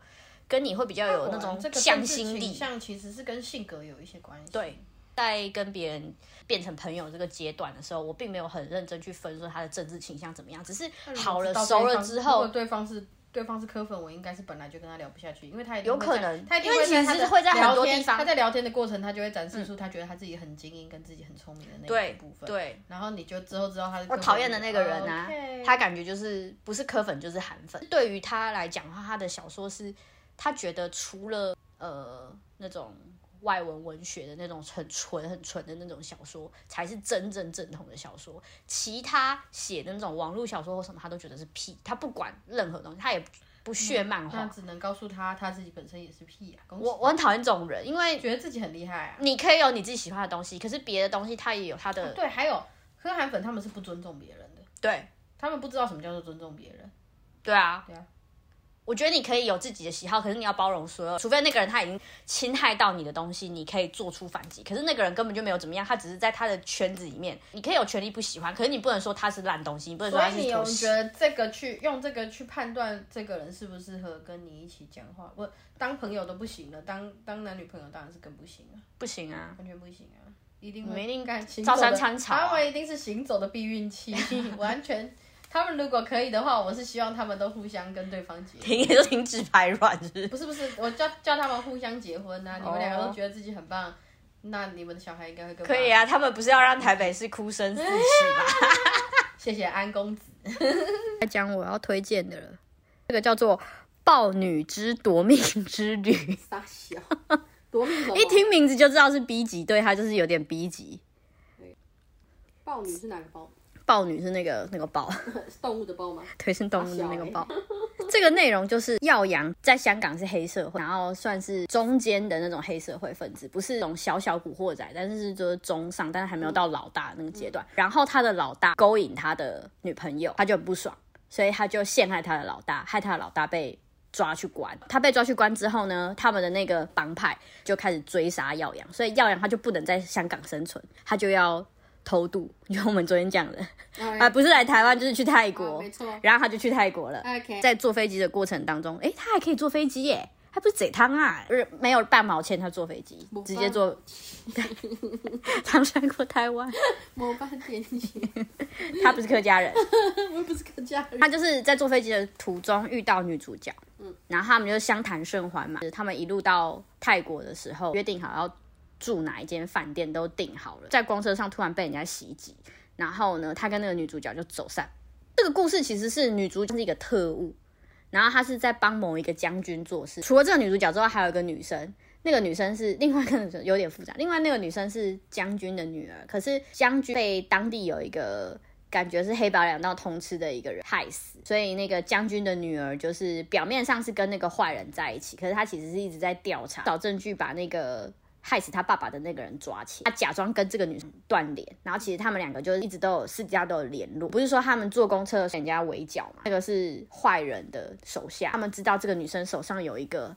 Speaker 3: 跟你会比较有那种
Speaker 2: 啊这个
Speaker 3: 向
Speaker 2: 政治
Speaker 3: 心
Speaker 2: 倾
Speaker 3: 力，
Speaker 2: 向其实是跟性格有一些关系。
Speaker 3: 对，在跟别人变成朋友这个阶段的时候，我并没有很认真去分说他的政治倾向怎么样，只是
Speaker 2: 那如果
Speaker 3: 好了
Speaker 2: 知道对
Speaker 3: 熟了
Speaker 2: 方
Speaker 3: 之
Speaker 2: 如
Speaker 3: 后
Speaker 2: 果，对方是对方是科粉，我应该是本来就跟他聊不下去，因为他一定
Speaker 3: 有
Speaker 2: 会
Speaker 3: 可
Speaker 2: 在
Speaker 3: 能
Speaker 2: 他一定
Speaker 3: 因为
Speaker 2: 会在
Speaker 3: 其
Speaker 2: 他
Speaker 3: 实
Speaker 2: 的
Speaker 3: 会在很
Speaker 2: 聊
Speaker 3: 多
Speaker 2: 天
Speaker 3: 地方嗯
Speaker 2: 他在聊天的过程，他就会展示出他觉得他自己很精英跟自己很聪明的那一
Speaker 3: 对
Speaker 2: 部分。，
Speaker 3: 对。
Speaker 2: 然后你就之后知道他是
Speaker 3: 我
Speaker 2: 科
Speaker 3: 讨
Speaker 2: 粉
Speaker 3: 厌的那个人啊
Speaker 2: 哦 OK
Speaker 3: 他感觉就是不是科粉就是韩粉。对于他来讲的话，他的小说是他觉得除了呃那种外文文学的那种很纯很纯的那种小说，才是真正正统的小说。其他写的那种网络小说或什么，他都觉得是屁。他不管任何东西，他也不屑漫画。
Speaker 2: 嗯那只能告诉他他自己本身也是屁啊，恭喜
Speaker 3: 我我很讨厌这种人，因为
Speaker 2: 觉得自己很厉害啊。
Speaker 3: 你可以有你自己喜欢的东西，可是别的东西他也有他的、
Speaker 2: 啊对，还有科韩粉他们是不尊重别人的，
Speaker 3: 对。
Speaker 2: 他们不知道什么叫做尊重别人。
Speaker 3: 对啊，
Speaker 2: 对啊。
Speaker 3: 我觉得你可以有自己的喜好，可是你要包容所有，除非那个人他已经侵害到你的东西，你可以做出反击。可是那个人根本就没有怎么样，他只是在他的圈子里面，你可以有权利不喜欢，可是你不能说他是烂东西，你不能说
Speaker 2: 所以
Speaker 3: 他是
Speaker 2: 你
Speaker 3: 拖
Speaker 2: 有
Speaker 3: 鞋
Speaker 2: 觉得这个去用这个去判断这个人适不适合跟你一起讲话，不当朋友都不行了，当当男女朋友当然是更不行啊，
Speaker 3: 不行啊。
Speaker 2: 完全不行啊，一定
Speaker 3: 没
Speaker 2: 会
Speaker 3: 定
Speaker 2: 干行
Speaker 3: 照
Speaker 2: 走
Speaker 3: 三
Speaker 2: 的
Speaker 3: 餐吵啊
Speaker 2: 他们一定是行走的避孕器， 完全。他们如果可以的话，我是希望他们都互相跟对方结婚，
Speaker 3: 停也就停止排卵是不是？
Speaker 2: 不是不是，我叫叫他们互相结婚呐、啊，你们两个
Speaker 3: 哦
Speaker 2: 都觉得自己很棒，那你们的小孩应该会更
Speaker 3: 可以
Speaker 2: 啊，
Speaker 3: 啊，他们不是要让台北市哭声四起吗？
Speaker 2: 谢谢安公子，
Speaker 1: 来讲我要推荐的了，这个叫做《豹女之夺命之旅》，
Speaker 2: 傻笑，夺命什么
Speaker 1: 一听名字就知道是 B 级，对，它就是有点 B 级。
Speaker 2: 豹女是哪个豹？
Speaker 1: 豹女是那个那个豹，
Speaker 2: 动物的豹吗？
Speaker 1: 对，是动物的那个豹。
Speaker 2: 欸
Speaker 1: 这个内容就是耀阳在香港是黑社会，然后算是中间的那种黑社会分子，不是那种小小古惑仔，但是是就是中上，但是还没有到老大那个阶
Speaker 2: 嗯
Speaker 1: 段。然后他的老大勾引他的女朋友，他就很不爽，所以他就陷害他的老大，害他的老大被。抓去关，他被抓去关之后呢，他们的那个帮派就开始追杀耀阳，所以耀阳他就不能在香港生存，他就要偷渡，就我们昨天讲的，
Speaker 2: 哎
Speaker 1: 啊，不是来台湾就是去泰
Speaker 2: 啊
Speaker 1: 国
Speaker 2: 没错，
Speaker 1: 然后他就去泰国了。
Speaker 2: OK，
Speaker 1: 在坐飞机的过程当中，诶，他还可以坐飞机耶，还不是贼汤啊，呃没有半毛钱，他坐飞机
Speaker 2: 我
Speaker 1: 直接
Speaker 2: 帮
Speaker 1: 坐， 唐山过台湾，
Speaker 2: 某半天气，
Speaker 1: 他不是客家人，
Speaker 2: 我不是客家人。
Speaker 1: 他就是在坐飞机的途中遇到女主角，嗯，然后他们就相谈甚欢嘛，就是他们一路到泰国的时候约定好要住哪一间饭店都订好了，在公车上突然被人家袭击，然后呢，他跟那个女主角就走散。这个故事其实是女主角是一个特务，然后她是在帮某一个将军做事。除了这个女主角之外，还有一个女生。那个女生是另外一个女生，有点复杂。另外那个女生是将军的女儿，可是将军被当地有一个感觉是黑白两道通吃的一个人害死，所以那个将军的女儿就是表面上是跟那个坏人在一起，可是她其实是一直在调查，找证据把那个害死他爸爸的那个人抓起来，他假装跟这个女生断联，然后其实他们两个就是一直都有私底下都有联络，不是说他们坐公车的时候人家围剿嘛，那个是坏人的手下，他们知道这个女生手上有一个。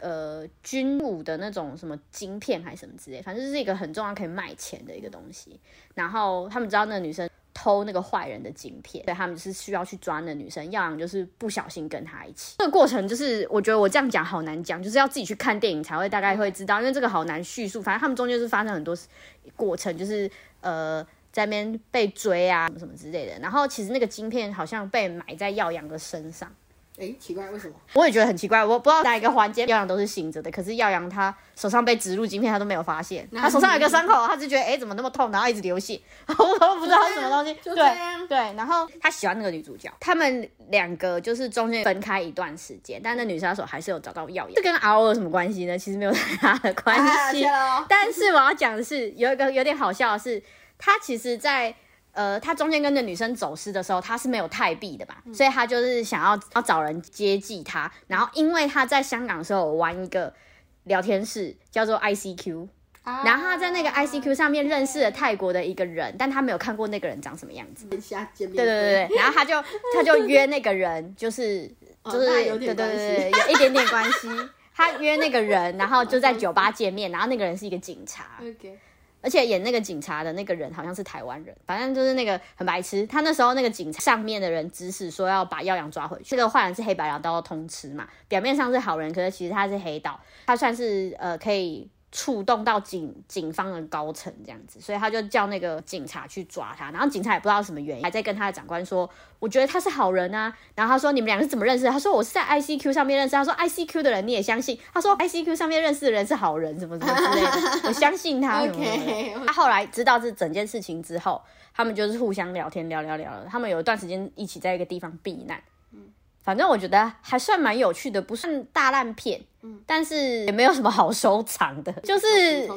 Speaker 1: 呃，军武的那种什么晶片还是什么之类，反正就是一个很重要可以卖钱的一个东西。然后他们知道那个女生偷那个坏人的晶片，所以他们是需要去抓那女生，要不然就是不小心跟她一起。这个过程就是我觉得我这样讲好难讲，就是要自己去看电影才会大概会知道，因为这个好难叙述。反正他们中间是发生很多事过程，就是呃。在那边被追啊，什么什么之类的。然后其实那个晶片好像被埋在耀阳的身上，
Speaker 2: 哎，奇怪，为什么？
Speaker 3: 我也觉得很奇怪，我不知道哪一个环节耀阳都是醒着的，可是耀阳他手上被植入晶片，他都没有发现，他手上有一个伤口，他就觉得哎、怎么那么痛，然后一直流血，然后我都不知道是什么东西，
Speaker 2: 就这样
Speaker 3: 对对，然后他喜欢那个女主角，他们两个就是中间分开一段时间，但那女杀手还是有找到耀阳，这跟 R O 有什么关系呢？其实没有太大的关
Speaker 2: 啊
Speaker 3: 系，
Speaker 2: 谢喽
Speaker 3: 但是我要讲的是，有一个有点好笑的是，他其实在，呃，他中间跟着女生走失的时候，他是没有泰币的嘛，
Speaker 2: 嗯
Speaker 3: 所以他就是想要要找人接济他。然后因为他在香港的时候有玩一个聊天室，叫做 ICQ，然
Speaker 2: 啊
Speaker 3: 后他在那个 ICQ 上面认识了泰国的一个人，但他没有看过那个人长什么样子。
Speaker 2: 跟瞎见面，
Speaker 3: 对对对对，然后他就他就约那个人，就是就是、
Speaker 2: 哦那有点
Speaker 3: 对对
Speaker 2: 关系哦
Speaker 3: 对，对有一点点关 系。他约那个人，然后就在酒吧见面，然后那个人是一个警察，
Speaker 2: OK，
Speaker 3: 而且演那个警察的那个人好像是台湾人，反正就是那个很白痴。他那时候那个警察上面的人指使说要把耀阳抓回去，这个坏人是黑白两道通吃嘛，表面上是好人，可是其实他是黑道，他算是呃可以。触动到警警方的高层这样子，所以他就叫那个警察去抓他，然后警察也不知道什么原因，还在跟他的长官说，我觉得他是好人啊。然后他说你们两个是怎么认识的？他说我是在 ICQ 上面认识。他说 ICQ 的人你也相信？他说 ICQ 上面认识的人是好人，什么什么之类的，我相信他。什么什么的
Speaker 2: OK，
Speaker 3: 他后来知道这整件事情之后，他们就是互相聊天，聊聊聊了。他们有一段时间一起在一个地方避难。反正我觉得还算蛮有趣的，不算大烂片，但是也没有什么好收藏的， 就是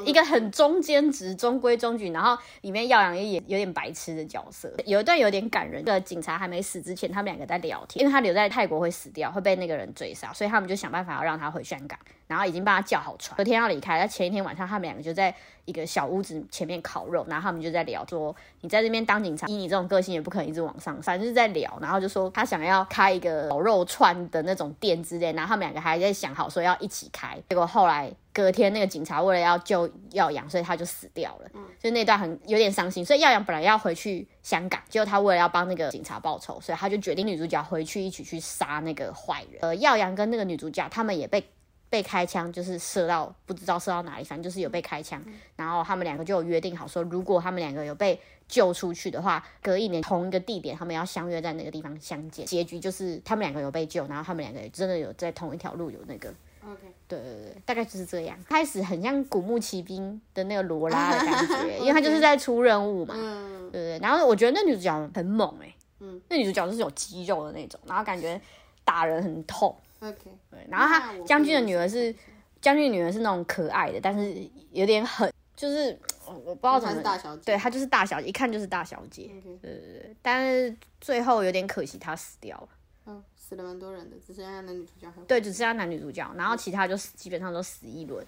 Speaker 3: 一个很中间值、中规中矩，然后里面耀阳也演有点白痴的角色，有一段有点感人。这个警察还没死之前，他们两个在聊天，因为他留在泰国会死掉，会被那个人追杀，所以他们就想办法要让他回香港，然后已经帮他叫好船，隔天要离开。在前一天晚上，他们两个就在一个小屋子前面烤肉，然后他们就在聊说，你在这边当警察，以你这种个性也不可能一直往上，反正就是在聊，然后就说他想要开一个烤肉串的那种店之类，然后他们两个还在想好说要一起开，结果后来隔天那个警察为了要救耀阳，所以他就死掉了，所以那段很有点伤心，所以耀阳本来要回去香港，结果他为了要帮那个警察报仇，所以他就决定女主角回去一起去杀那个坏人，呃，耀阳跟那个女主角他们也被被开枪，就是射到不知道射到哪里，反正就是有被开
Speaker 2: 嗯
Speaker 3: 枪。然后他们两个就有约定好说，如果他们两个有被救出去的话，隔一年同一个地点，他们要相约在那个地方相见。结局就是他们两个有被救，然后他们两个也真的有在同一条路有那个。
Speaker 2: OK
Speaker 3: 对对对，大概就是这样。开始很像古墓奇兵的那个罗拉的感 觉，因为他就是在出任务嘛。
Speaker 2: 嗯，
Speaker 3: 对对，然后我觉得那女主角很猛哎、
Speaker 2: 嗯
Speaker 3: 那女主角就是有肌肉的那种，然后感觉打人很痛。
Speaker 2: OK，
Speaker 3: 对，然后
Speaker 2: 那
Speaker 3: 她
Speaker 2: 我不
Speaker 3: 将军的
Speaker 2: 理解
Speaker 3: 女儿是将军的女儿是那种可爱的，但是有点狠，就是我我不知道怎
Speaker 2: 她
Speaker 3: 么
Speaker 2: 是大小姐
Speaker 3: 对她就是大小姐，一看就是大小姐。
Speaker 2: OK
Speaker 3: 但是最后有点可惜，她死掉了。
Speaker 2: 嗯，死了蛮多人的，只剩下男女主角还活
Speaker 3: 对，只剩下男女主角，然后其他就死基本上都死一轮。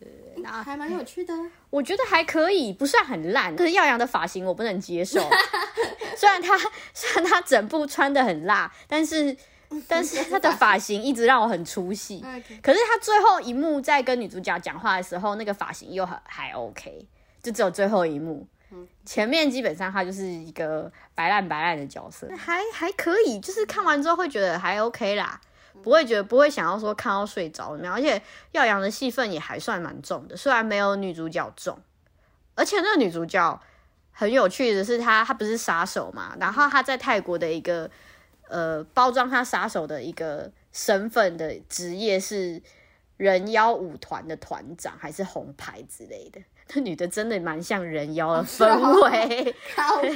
Speaker 2: 着，还蛮有趣的。
Speaker 3: 我觉得还可以，不算很烂。可是耀阳的发型我不能接受， 虽然他虽然他整部穿的很辣，但 是但是他的发型一直让我很出戏。
Speaker 2: OK，
Speaker 3: 可是他最后一幕在跟女主角讲话的时候，那个发型又很还 OK，就只有最后一幕。前面基本上他就是一个白烂白烂的角色，还还可以，就是看完之后会觉得还 OK 啦，不会觉得不会想要说看到睡着怎么样。而且耀阳的戏份也还算蛮重的，虽然没有女主角重，而且那个女主角很有趣的是她，她不是杀手嘛，然后她在泰国的一个呃包装她杀手的一个身份的职业是人妖舞团的团长还是红牌之类的。那女的真的蛮像人妖的氛围，
Speaker 2: 好，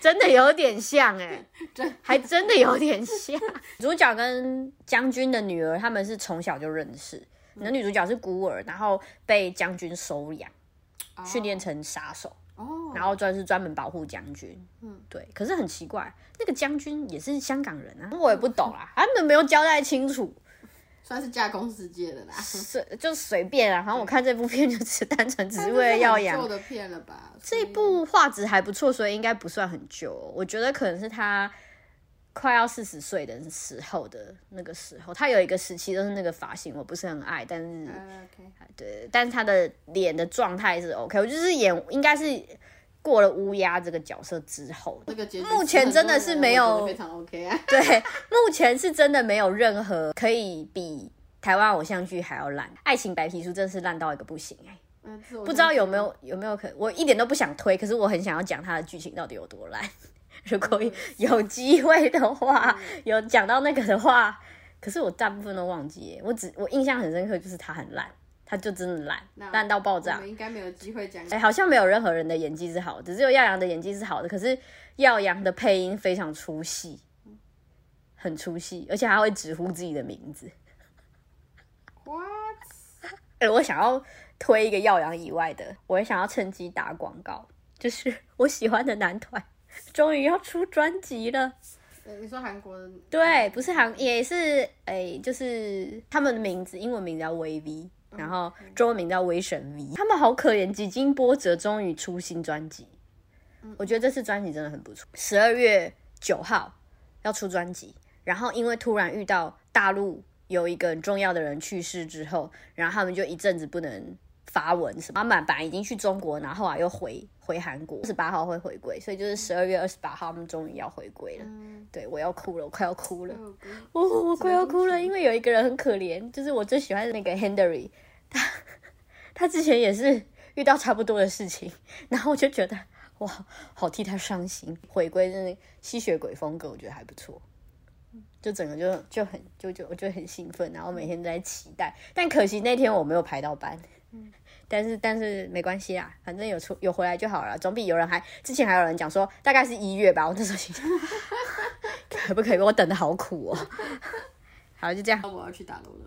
Speaker 3: 真的有点像哎、
Speaker 2: 真
Speaker 3: 还真的有点像。主角跟将军的女儿他们是从小就认识，
Speaker 2: 嗯
Speaker 3: 那女主角是孤儿，然后被将军收养， 训练成杀手。
Speaker 2: 哦，
Speaker 3: 然后专是专门保护将军。嗯
Speaker 2: 嗯，
Speaker 3: 对。可是很奇怪，那个将军也是香港人啊，
Speaker 2: 嗯
Speaker 3: 我也不懂啊， 他们没有交代清楚，
Speaker 2: 算是架空世界的啦。
Speaker 3: 随就随便啊。反正我看这部片就只 单纯只
Speaker 2: 但
Speaker 3: 是
Speaker 2: 是
Speaker 3: 为了耀
Speaker 2: 旧
Speaker 3: 阳。
Speaker 2: 的片了吧？
Speaker 3: 这
Speaker 2: 这
Speaker 3: 一部画质还不错，所以应该不算很旧哦、我觉得可能是他快要四十岁的时候的那个时候，他有一个时期都是那个发型，我不是很爱，但是
Speaker 2: 嗯 OK，
Speaker 3: 对，但是他的脸的状态是 OK，我就是演应该是过了乌鸦这个角色之后
Speaker 2: 这个结局
Speaker 3: 目前真的是没有
Speaker 2: 啊我觉得非常 OK 啊。
Speaker 3: 对， 目前是真的没有任何可以比台湾偶像剧还要烂，《爱情白皮书》真是烂到一个不行哎、
Speaker 2: 嗯这我
Speaker 3: 不知道有没有有没有可，我一点都不想推，可是我很想要讲它的剧情到底有多烂。如果有机会的话，有讲到那个的话，可是我大部分都忘记耶，我只我印象很深刻就是他很烂，他就真的烂，烂到爆
Speaker 2: 我
Speaker 3: 炸
Speaker 2: 们。应该没有机会讲。
Speaker 3: 哎、好像没有任何人的演技是好的，只有耀阳的演技是好的。可是耀阳的配音非常出戏，很出戏，而且还会直呼自己的名字。
Speaker 2: What？
Speaker 3: 哎、我想要推一个耀阳以外的，我也想要趁机打广告，就是我喜欢的男团终于要出专辑了。
Speaker 2: 对呃你说韩国的？
Speaker 3: 对，不是韩，也是哎、就是他们的名字，英文名叫 VV，然后中文名叫威神 V。他们好可怜，几经波折，终于出新专辑。我觉得这次专辑真的很不错。十二月九号要出专辑，然后因为突然遇到大陆有一个很重要的人去世之后，然后他们就一阵子不能发文什么。他们本来已经去中国，然后后来又回回韩国，二十八号会回归，所以就是十二月二十八号他们终于要回归了。对我要哭了，我快要哭了。
Speaker 2: 哦嗯不是
Speaker 3: 我我快要哭了，因为有一个人很可怜，就是我最喜欢的那个 Henry，他他之前也是遇到差不多的事情， 然后我就觉得哇，好替他伤心。回归真的吸血鬼风格，我觉得还不错，就整个就就很就就我就很兴奋，然后每天都在期待，但可惜那天我没有排到班。 但是但是没关系啦，反正有出有回来就好了，总比有人还之前还有人讲说大概是一月吧，我那时候心想 可不可以？我等的好苦哦。好，就这样。
Speaker 2: 我要去打楼了。